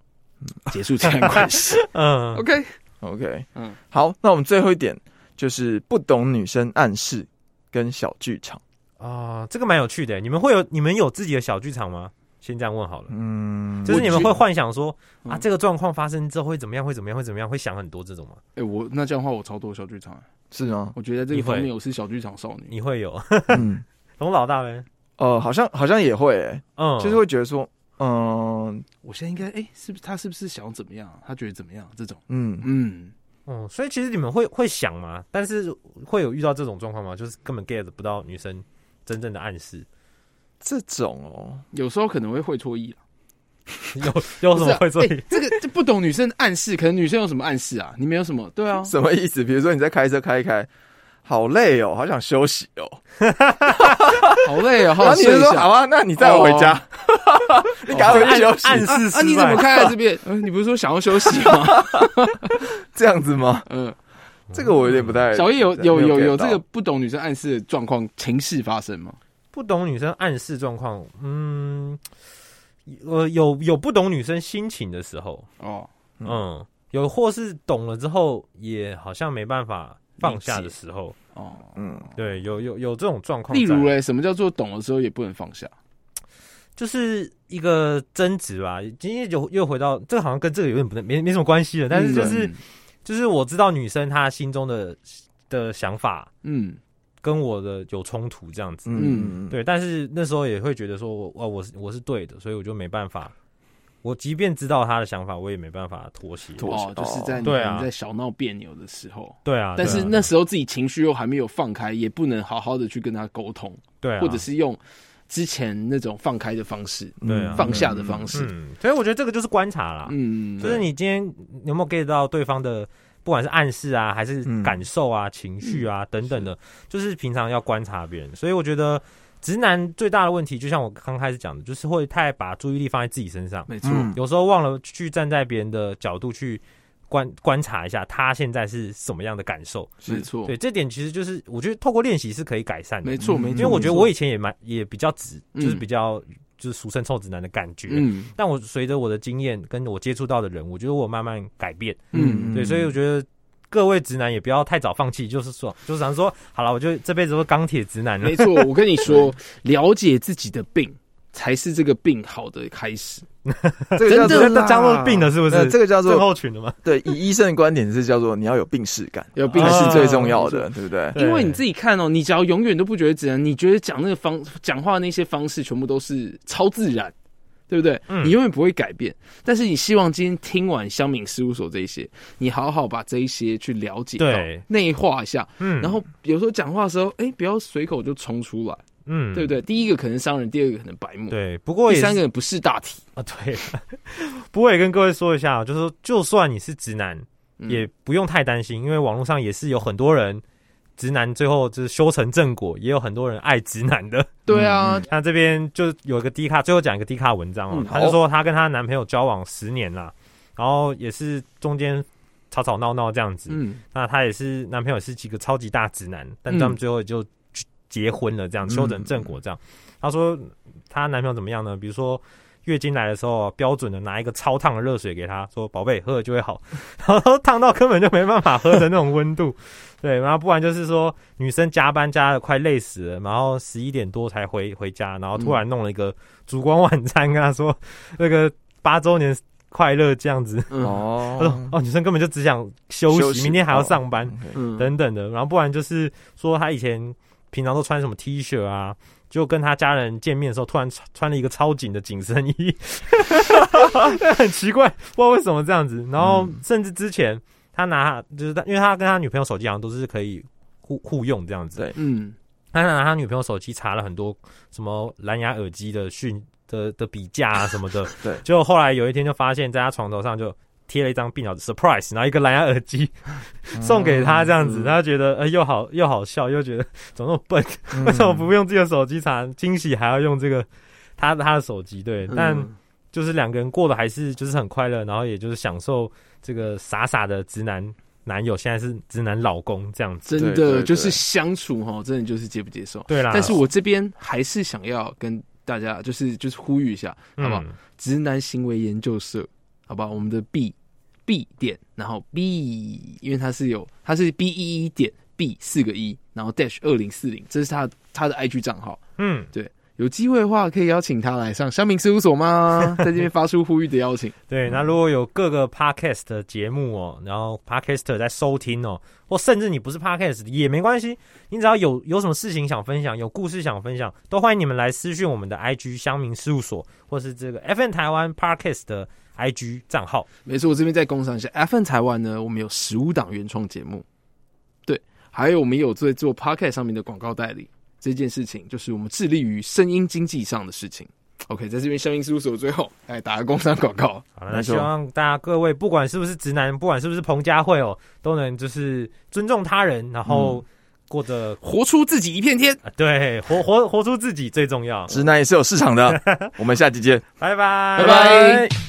Speaker 3: 结束这段 关系。
Speaker 2: 嗯，
Speaker 3: OK，
Speaker 4: OK，
Speaker 3: 嗯
Speaker 4: 嗯，好，那我们最后一点就是不懂女生暗示跟小剧场。
Speaker 2: 哦，这个蛮有趣的。你们会有你们有自己的小剧场吗？先这样问好了。
Speaker 4: 嗯，
Speaker 2: 就是你们
Speaker 3: 我
Speaker 2: 会
Speaker 3: 觉
Speaker 2: 幻想说啊，
Speaker 3: 嗯
Speaker 2: 这个状况发生之后会怎么样？会怎么样？会怎么样？会想很多这种吗？
Speaker 3: 哎、我那这样的话我超多小剧场、啊，
Speaker 4: 是吗？
Speaker 3: 我觉得这
Speaker 2: 你
Speaker 3: 个
Speaker 2: 会
Speaker 3: 方面我是小剧场少女。
Speaker 2: 你会有
Speaker 4: 嗯，
Speaker 2: 龙老大呗？
Speaker 4: 呃，好像好像也会、欸，
Speaker 2: 嗯，
Speaker 4: 就是会觉得说，嗯
Speaker 3: 我现在应该哎、是不是他是不是想怎么样啊、他觉得怎么样、这种，
Speaker 4: 嗯，
Speaker 3: 嗯，
Speaker 2: 嗯，所以其实你们会会想嘛，但是会有遇到这种状况吗？就是根本 get 不到女生真正的暗示，
Speaker 4: 这种哦，
Speaker 3: 有时候可能会会错意了。
Speaker 2: 有有什么会做
Speaker 3: 不？是啊哎这个这不懂女生的暗示，可能女生有什么暗示啊？你们有什么？对啊，
Speaker 4: 什么意思？比如说你在开车开一开，好累哦，好想休息哦，
Speaker 3: 好累啊、好
Speaker 4: 然
Speaker 3: 想
Speaker 4: 后你
Speaker 3: 睡
Speaker 4: 就
Speaker 3: 一
Speaker 4: 说
Speaker 3: 下。哦
Speaker 4: 好啊，那你载我回家， 你赶快回去休息，
Speaker 2: 暗暗示
Speaker 3: 啊，
Speaker 2: 失
Speaker 3: 你怎
Speaker 2: 败
Speaker 3: 么开来这边？呃你不是说想要休息吗？
Speaker 4: 这样子吗？
Speaker 3: 嗯，
Speaker 4: 这个我有点不太，
Speaker 3: 小易有有
Speaker 4: 哎没
Speaker 3: 有
Speaker 4: get
Speaker 3: 有这
Speaker 4: 到
Speaker 3: 个不懂女生暗示的状况情势发生吗？
Speaker 2: 不懂女生暗示状况，嗯，呃，有有不懂女生心情的时候，
Speaker 3: 哦，
Speaker 4: 嗯
Speaker 2: 嗯，有或是懂了之后也好像没办法放下的时候，
Speaker 3: 哦，
Speaker 4: 嗯，
Speaker 2: 对，有有有这种状况在。
Speaker 3: 例如嘞，什么叫做懂了之后也不能放下？
Speaker 2: 就是一个争执吧，今天就又回到这个，好像跟这个有点不太没没什么关系了，但是就是、
Speaker 3: 嗯
Speaker 2: 就是我知道女生她心中的的想法
Speaker 3: 嗯
Speaker 2: 跟我的有冲突这样子，
Speaker 4: 嗯，
Speaker 2: 对，但是那时候也会觉得说我哇我是我是对的，所以我就没办法，我即便知道她的想法，我也没办法妥协。
Speaker 4: 妥
Speaker 3: 哦，就是在你
Speaker 2: 对
Speaker 3: 可
Speaker 2: 啊
Speaker 3: 能在小闹别扭的时候，
Speaker 2: 对啊，
Speaker 3: 但
Speaker 2: 对
Speaker 3: 是
Speaker 2: 啊
Speaker 3: 那时候自己情绪又还没有放开，也不能好好的去跟他沟通，
Speaker 2: 对啊，
Speaker 3: 或者是用之前那种放开的方式、
Speaker 4: 嗯
Speaker 2: 对啊
Speaker 3: 放下的方式。
Speaker 2: 嗯，啊所以我觉得这个就是观察啦，
Speaker 3: 嗯，
Speaker 2: 就是你今天有没有 get 到对方的，不管是暗示啊，还是
Speaker 4: 嗯
Speaker 2: 感受啊、情绪
Speaker 3: 嗯
Speaker 2: 啊等等的，就是平常要观察别人。所以我觉得直男最大的问题，就像我刚开始讲的，就是会太把注意力放在自己身上，
Speaker 3: 没错，
Speaker 4: 嗯，
Speaker 2: 有时候忘了去站在别人的角度去观观察一下他现在是什么样的感受。
Speaker 3: 没错，
Speaker 2: 对，这点其实就是我觉得透过练习是可以改善的
Speaker 3: 没，错，
Speaker 4: 嗯
Speaker 3: 没错。
Speaker 2: 因为我觉得我
Speaker 3: 没错
Speaker 2: 以前也蛮也比较直，就是
Speaker 3: 嗯
Speaker 2: 比较就是俗称臭直男的感觉。
Speaker 3: 嗯
Speaker 2: 但我随着我的经验跟我接触到的人，我觉得我慢慢改变，
Speaker 3: 嗯
Speaker 2: 对，所以我觉得各位直男也不要太早放弃，就是说， 就是想说，好了，我就这辈子都是钢铁直男了
Speaker 3: 没，错，我跟你说，了解自己的病才是这个病好的开始。
Speaker 4: 这个叫做
Speaker 2: 真的加入病了是不
Speaker 4: 呃
Speaker 2: 是？
Speaker 4: 这个叫
Speaker 2: 症
Speaker 4: 做
Speaker 2: 候群的吗？
Speaker 4: 对，以医生的观点是叫做你要有病视感，
Speaker 3: 有病
Speaker 4: 病
Speaker 2: 啊
Speaker 4: 是
Speaker 3: 史
Speaker 4: 最重要的，对不对？
Speaker 2: 对
Speaker 3: 因为你自己看哦，你只要永远都不觉得自然，你觉得讲那个方讲话那些方式全部都是超自然，对不对？
Speaker 2: 嗯
Speaker 3: 你永远不会改变，但是你希望今天听完香敏事务所这一些，你好好把这一些去了解到
Speaker 2: 对，
Speaker 3: 内化一下，
Speaker 2: 嗯，
Speaker 3: 哦然后有时候讲话的时候，哎，不要随口就冲出来，
Speaker 2: 嗯
Speaker 3: 对不对？第一个可能伤人，第二个可能白目，
Speaker 2: 对，不过
Speaker 3: 第
Speaker 2: 也
Speaker 3: 三
Speaker 2: 是
Speaker 3: 个人不识大体，
Speaker 2: 啊，对， 不过也跟各位说一下，就是说，就算你是直男，
Speaker 3: 嗯
Speaker 2: 也不用太担心，因为网络上也是有很多人。直男最后就是修成正果，也有很多人爱直男的。
Speaker 3: 对啊
Speaker 4: 嗯，
Speaker 2: 那这边就有一个低卡，最后讲一个低卡文章哦，
Speaker 3: 嗯
Speaker 2: 她就说她跟她男朋友交往十年啦，然后也是中间吵吵闹闹这样子，
Speaker 3: 嗯，
Speaker 2: 那她也是男朋友是几个超级大直男，但他们最后也就去结婚了，这样
Speaker 4: 嗯
Speaker 2: 修成正果这样。她说她男朋友怎么样呢？比如说。月经来的时候，啊标准的拿一个超烫的热水给她，说：“宝贝，喝了就会好。” 然后烫到根本就没办法喝的那种温度， 对。然后不然就是说，女生加班加的快累死了，然后十一点多才回回家，然后突然弄了一个烛光晚餐，跟她 说：“那个八周年快乐。”这样子，他
Speaker 3: 嗯
Speaker 2: 说
Speaker 4: 哦：“，
Speaker 2: 哦，女生根本就只想休
Speaker 4: 休
Speaker 2: 息，
Speaker 4: 息
Speaker 2: 明天还要
Speaker 4: 哦
Speaker 2: 上班
Speaker 4: OK
Speaker 3: 嗯
Speaker 2: 等等的。”然后不然就是说他以前平常都穿什么 T 恤啊，就跟他家人见面的时候，突然穿穿了一个超紧的紧身衣， 很奇怪，不知道为什么这样子。然后甚至之前他拿就是他，因为他跟他女朋友手机好像都是可以互互用这样子，
Speaker 4: 对
Speaker 3: 嗯，
Speaker 2: 他拿他女朋友手机查了很多什么蓝牙耳机的讯的的比价啊什么 的，
Speaker 4: 对
Speaker 2: 结果后来有一天就发现，在他床头上就贴了一张病鸟的 surprise，然后一个蓝牙耳机送给他，这样子，
Speaker 3: 嗯
Speaker 2: 他觉得呃又好又好笑，又觉得怎么那么笨， 为什么不用自己的手机查惊喜，还要用这个他他的手机？对，但
Speaker 3: 嗯
Speaker 2: 就是两个人过得还是就是很快乐，然后也就是享受这个傻傻的直男男友，现在是直男老公这样子。
Speaker 3: 真
Speaker 4: 对
Speaker 3: 的
Speaker 4: 对
Speaker 3: 就是哦
Speaker 4: 对
Speaker 2: 啊
Speaker 3: 相处哈，真的就是接不接受。
Speaker 2: 对啦，
Speaker 3: 但是我这边还是想要跟大家就是就是呼吁一下，好不好？
Speaker 2: 嗯
Speaker 3: 直男行为研究社，好吧，我们的 B B 点，然后 B，因为它是有它是 B 一一点 B 四个一，然后 dash 二零四零，这是他他的 IG 账号。
Speaker 2: 嗯，
Speaker 3: 有机会的话，可以邀请他来上香明事务所吗？在这边发出呼吁的邀请。
Speaker 2: 对。那如果有各个 podcast 的节目哦，然后 podcaster 在收听哦，或甚至你不是 podcast 也没关系，你只要有有什么事情想分享，有故事想分享，都欢迎你们来私讯我们的 IG 乡民事务所，或是这个 FN 台湾 podcast 的 IG 账号。
Speaker 3: 没错，我这边再工商一下，FN 台湾呢，我们有十五档原创节目，对，还有我们有在做 Podcast 上面的广告代理这件事情，就是我们致力于声音经济上的事情。OK，在这边声音事务所最后来打个工商广告。
Speaker 2: 好了，那
Speaker 4: 没
Speaker 2: 希
Speaker 4: 错
Speaker 2: 望大家各位，不管是不是直男，不管是不是彭佳慧哦，都能就是尊重他人，然后过着、
Speaker 3: 活出自己一片天。
Speaker 2: 啊对活活活出自己最重要。
Speaker 4: 直男也是有市场的。我们下期见。
Speaker 2: 拜拜
Speaker 3: 拜拜。